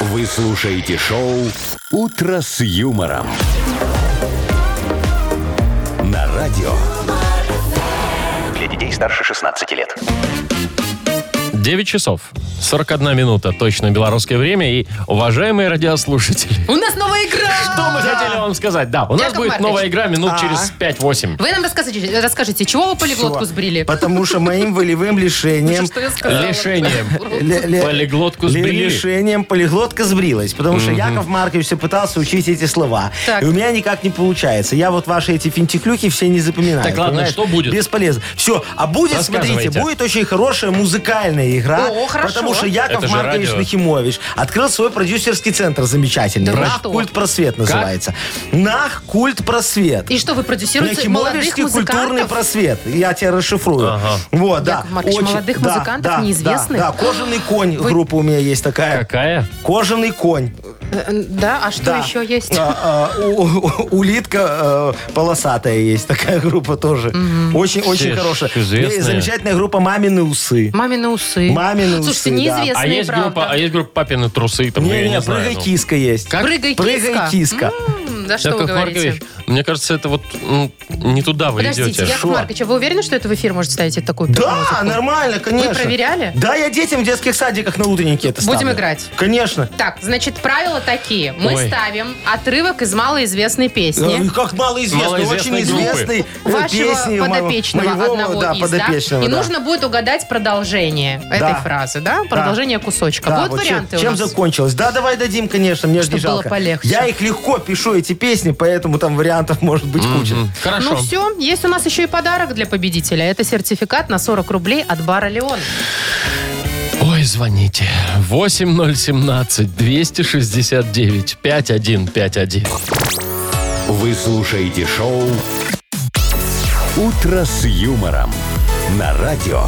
S1: Вы слушаете шоу «Утро с юмором». На радио.
S10: Для детей старше 16 лет.
S2: 9 часов 41 минута, точно белорусское время. И, уважаемые радиослушатели,
S4: У нас новая игра!
S2: что мы хотели вам сказать? Да, у нас
S4: Яков
S2: будет
S4: Маркович.
S2: новая игра минут
S3: А.
S2: через 5-8.
S4: Вы нам расскажите, расскажите, чего вы полиглотку
S3: Всё.
S4: сбрили?
S3: Потому что моим волевым лишением...
S4: Что я сказала?
S2: Лишением.
S3: ле- ле-
S2: Полиглотку
S3: ле-
S2: сбрили.
S3: Лишением полиглотка сбрилась. Потому что Яков Маркович все пытался учить эти слова.
S4: Так.
S3: И у меня никак не получается. Я вот ваши эти финтиклюхи все не запоминаю.
S2: Так, ладно,
S3: понимаешь?
S2: что будет?
S3: Бесполезно. Все. А будет, смотрите,
S2: Рассказывайте.
S3: будет очень хорошая музыкальная игра.
S4: О, хорошо.
S3: Потому что Яков
S2: Это же
S3: Маркович
S2: радио.
S3: Нахимович открыл свой продюсерский центр замечательный.
S4: Да
S3: Наш
S4: что?
S3: пульт просвет называется. Нах культ просвет.
S4: И что, вы продюсируете молодых
S3: Нахимовичский культурный
S4: музыкантов?
S3: просвет. Я тебе расшифрую. Вот, да.
S4: Яков Маркович, молодых музыкантов
S3: да,
S4: неизвестных?
S3: Да, да. кожаный конь.
S4: Вы-
S3: Группа у меня есть такая.
S2: Какая?
S3: Кожаный конь.
S4: Э, Да, а что
S3: Да.
S4: еще есть?
S3: А, а, у- у- улитка э, полосатая есть такая группа тоже. Очень, очень
S2: ж
S3: хорошая.
S2: известные.
S3: И Замечательная группа мамины усы.
S4: Мамины усы.
S3: Мамины
S4: Слушайте,
S3: усы, да.
S4: неизвестные,
S2: А есть,
S4: правда.
S2: группа, а есть группа «Папины трусы», там, я
S3: Не,
S2: не,
S3: не,
S2: знаю.
S3: прыгай
S2: ну.
S3: киска есть.
S2: Как?
S4: Прыгай,
S3: Прыгай киска.
S4: М, Да что вы
S2: Яков
S4: говорите?
S2: Маркович, мне кажется, это вот м, не туда вы
S4: Подождите,
S2: идете.
S4: Яков Маркович, а вы уверены, что это в эфир можете ставить такую
S3: Да, нормально, конечно.
S4: проверяли?
S3: Да, я детям в детских садиках на утреннике это
S4: Будем
S3: ставлю.
S4: играть.
S3: Конечно.
S4: Так, значит, правила такие. Мы
S2: Ой.
S4: ставим отрывок из малоизвестной песни
S3: Э, Как малоизвестный,
S2: Малоизвестной
S3: очень
S2: группы.
S3: известный э,
S4: вашего
S3: песни мо-
S4: подопечного
S3: моего,
S4: одного
S3: да,
S4: из,
S3: подопечного,
S4: да? И
S3: да.
S4: нужно будет угадать продолжение этой фразы, да? Продолжение кусочка.
S3: Да,
S4: Будут
S3: вот чем-
S4: варианты
S3: Чем
S4: у нас?
S3: закончилось? Да, давай дадим, конечно, мне же
S4: Чтоб
S3: не
S4: было
S3: жалко.
S4: полегче.
S3: Я их легко пишу, эти песни, поэтому там вариантов может быть куча.
S2: Хорошо.
S4: Ну все, есть у нас еще и подарок для победителя. Это сертификат на 40 рублей от бара «Леон».
S2: Ой, звоните. 8017-269-5151.
S1: Вы слушаете шоу «Утро с юмором» на радио.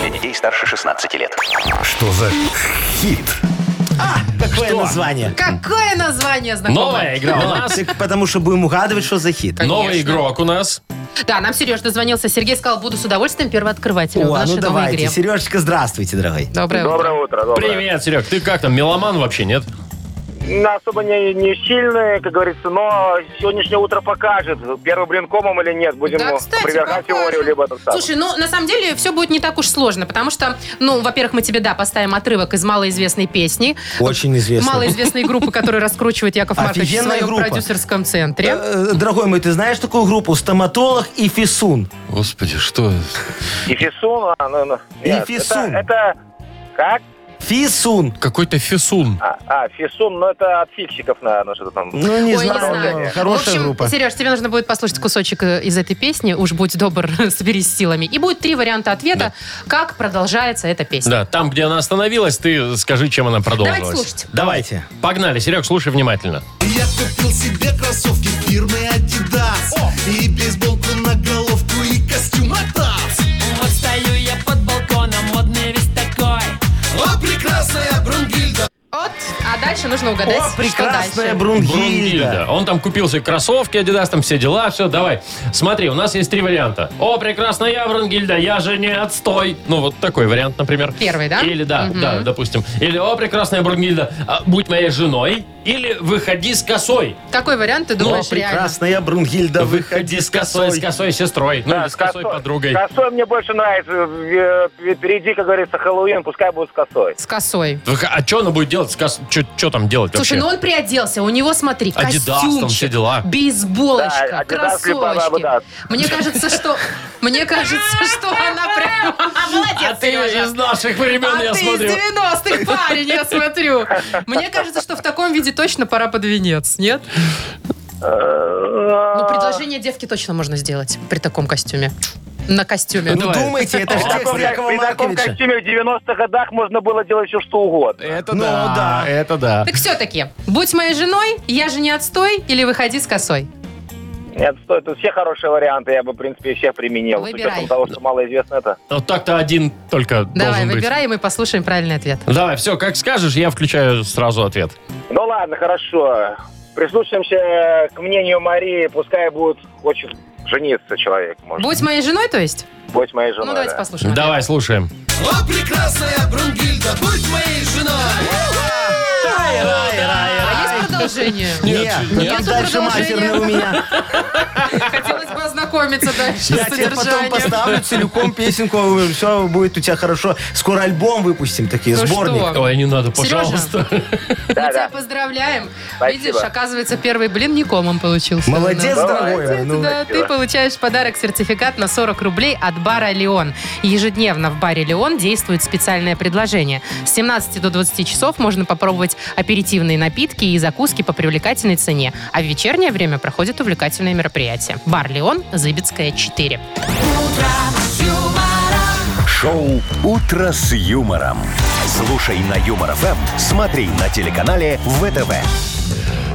S10: Для детей старше 16 лет.
S1: Что за хит?
S3: Какое название?
S4: Какое название знакомое?
S2: Новая игра у нас.
S3: Так Потому что будем угадывать, что за хит.
S2: Новый игрок у нас.
S4: Да, нам Сереж дозвонился. Сергей сказал, буду с удовольствием первооткрывателем в
S3: О, ну
S4: нашей новой
S3: давайте.
S4: игре.
S3: Сережечка, здравствуйте, дорогой.
S4: Доброе утро.
S9: Доброе утро, доброе.
S2: Привет, Серег. Ты как там, меломан вообще, нет?
S11: На особо не, не сильные, как говорится, но сегодняшнее утро покажет, первым блинком им или нет. Будем
S4: Да,
S11: ну,
S4: кстати,
S11: опровергать
S4: покажет.
S11: теорию, либо это самое.
S4: Слушай, ну, на самом деле, все будет не так уж сложно, потому что, ну, во-первых, мы тебе, да, поставим отрывок из малоизвестной песни,
S3: Очень известный.
S4: малоизвестной группы, которую раскручивает Яков Маркович в
S3: Офигенная
S4: своем
S3: группа.
S4: продюсерском центре.
S3: Э, э, Дорогой мой, ты знаешь такую группу? Стоматолог и Фисун.
S2: Господи, что?
S11: И Фисун, а, ну, ну, нет,
S3: Ифисун.
S11: Это, это как?
S3: Фисун.
S2: Какой-то фисун.
S11: А, а, Фисун, ну это от фиксиков, наверное, что-то там.
S3: Ну, не
S4: Ой, не
S3: знаю.
S4: знаю.
S3: Хорошая
S4: в общем,
S3: группа.
S4: Сереж, тебе нужно будет послушать кусочек э, из этой песни. Уж будь добр, соберись с силами. И будет три варианта ответа, как продолжается эта песня.
S2: Да, там, где она остановилась, ты скажи, чем она продолжилась.
S4: Давайте слушать.
S3: Давайте.
S2: Погнали, Серег, слушай внимательно.
S12: Я купил себе кроссовки фирмы Adidas И бейсболку на головку и костюм Атас
S13: Вот стою я под балконом, модный весь такой.
S12: О, прекрасная Брунгильда
S4: Вот, а дальше нужно угадать,
S3: О,
S4: что
S3: прекрасная
S4: дальше.
S3: Брунгильда.
S2: Брунгильда. Он там купил себе кроссовки, Adidas, там все дела, все, давай. Смотри, у нас есть три варианта. О, прекрасно, я, Брунгильда, я же не отстой. Ну, вот такой вариант, например.
S4: Первый, да?
S2: Или, да,
S4: Мгм.
S2: да, допустим. Или, о, прекрасная Брунгильда, а, будь моей женой. Или, выходи с косой.
S4: Какой вариант ты думаешь реально?
S3: Ну, Прекрасная Брунгильда, выходи с
S2: с
S3: косой.
S2: косой сестрой. Ну, или с косой подругой.
S11: Косой мне больше нравится. Э, э, Впереди, как говорится, Хэллоуин, пускай будет с косой.
S4: С косой.
S2: Выхо- А что она будет делать с кос... Что там делать
S4: Слушай, ну
S2: вообще?
S4: он приоделся, у него, смотри,
S2: Адидас, там
S4: костюмчик,
S2: все дела.
S4: бейсболочка,
S11: Да, Адидас, либо
S4: кроссовочки.
S11: Адидас.
S4: Мне кажется, что... Мне кажется, что она прям...
S2: а
S4: Молодец,
S2: ты
S4: Сережа.
S2: из наших времен,
S4: А
S2: я
S4: ты
S2: смотрю.
S4: из 90-х, парень, я смотрю. Мне кажется, что в таком виде точно пора под венец, нет?
S11: Э,
S4: Ну, предложение девки точно можно сделать при таком костюме. На костюме.
S3: Ну, думайте, это же
S11: При таком,
S3: текст Якова
S11: при таком
S3: Марковича.
S11: костюме в 90-х годах можно было делать все, что угодно.
S2: Это
S3: Ну да.
S2: это да.
S4: Так все-таки, будь моей женой, я же не отстой, или выходи с косой.
S11: Нет, стой, тут все хорошие варианты, я бы, в принципе, все применил. С
S4: Выбирай.
S11: учетом того, что малоизвестно это.
S2: Вот так-то один только
S4: Давай,
S2: должен быть.
S4: выбирай, и мы послушаем правильный ответ.
S2: Давай, все, как скажешь, я включаю сразу ответ.
S11: Ну ладно, хорошо. Прислушаемся к мнению Марии, пускай будет хочет жениться человек, может.
S4: Будь моей женой, то есть?
S11: Будь моей женой.
S4: Ну, давайте
S11: да.
S4: послушаем.
S2: Давай, слушаем.
S12: О, прекрасная Брунгильда, будь моей женой
S3: Рай, рай, рай, рай.
S4: А есть продолжение?
S3: Нет, ну
S4: нет.
S3: там дальше
S4: Продолжение.
S3: матерное у меня.
S4: Хотелось бы ознакомиться дальше
S3: Я
S4: с
S3: тебе потом
S4: содержанием.
S3: поставлю целиком песенку, все будет у тебя хорошо. Скоро альбом выпустим, такие
S4: Ну
S3: сборник.
S4: что?
S2: Ой, не надо,
S4: Сережа.
S2: пожалуйста.
S4: Мы
S11: Да,
S4: тебя
S11: да.
S4: поздравляем.
S11: Спасибо.
S4: Видишь, оказывается, первый блин не комом получился.
S3: Молодец,
S4: у нас.
S3: дорогой.
S4: Молодец,
S3: Ну,
S4: да, ты получаешь в подарок сертификат на 40 рублей от бара «Леон». Ежедневно в баре «Леон» действует специальное предложение. С 17 до 20 часов можно попробовать аперитивные напитки и закуски по привлекательной цене. А в вечернее время проходят увлекательные мероприятия. Бар «Леон», Зыбецкая, 4.
S1: Шоу Шоу «Утро с юмором». Слушай на Юмор ФМ, смотри на телеканале ВТВ.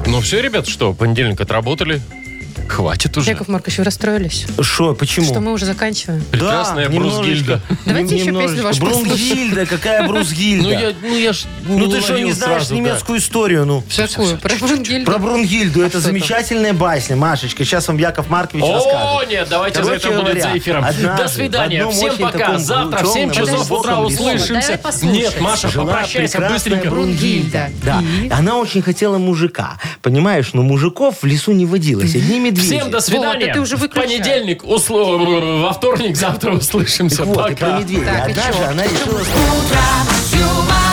S2: Ну все, ребят, что, понедельник отработали? Хватит уже.
S4: Яков Маркович, вы расстроились?
S3: Что, почему?
S4: Что мы уже заканчиваем?
S2: Прекрасная
S3: Да,
S2: Брусгильда.
S4: Давайте еще
S3: Немножечко.
S4: песню вашу послушаем.
S3: Брунгильда, какая Брусгильда?
S2: Ну я, ну я ж
S3: Ну ты что, не
S2: уловил
S3: знаешь
S2: сразу, да.
S3: немецкую историю, ну?
S4: Какую? Про Брунгильду?
S3: Про Брунгильду. это
S4: А что там?
S3: замечательная басня, Машечка. Сейчас вам Яков Маркович
S2: О,
S3: расскажет.
S2: нет, давайте за
S3: Короче
S2: это будет
S3: говоря,
S2: за эфиром.
S3: однажды
S2: До
S3: в
S2: свидания,
S3: одном
S2: всем
S3: очень
S2: пока.
S3: таком
S2: Завтра в
S3: темном
S2: 7 часов
S3: высоком
S2: утра
S3: лесу
S2: услышимся.
S4: Давай послушаем.
S2: Нет, Маша,
S3: жила
S2: попрощайся
S3: прекрасная
S2: быстренько.
S3: Брунгильда. Да.
S4: И?
S3: Она очень хотела мужика, понимаешь? Но мужиков в лесу не водилось, одни медведи.
S2: Всем до свидания.
S4: ты уже
S2: В
S4: выключай.
S2: понедельник, усл- во вторник, завтра услышимся.
S3: Вот, и
S2: Пока.
S3: про медведя.
S4: Так, и
S3: Однажды
S4: чё?
S3: она решила...
S13: Юмор.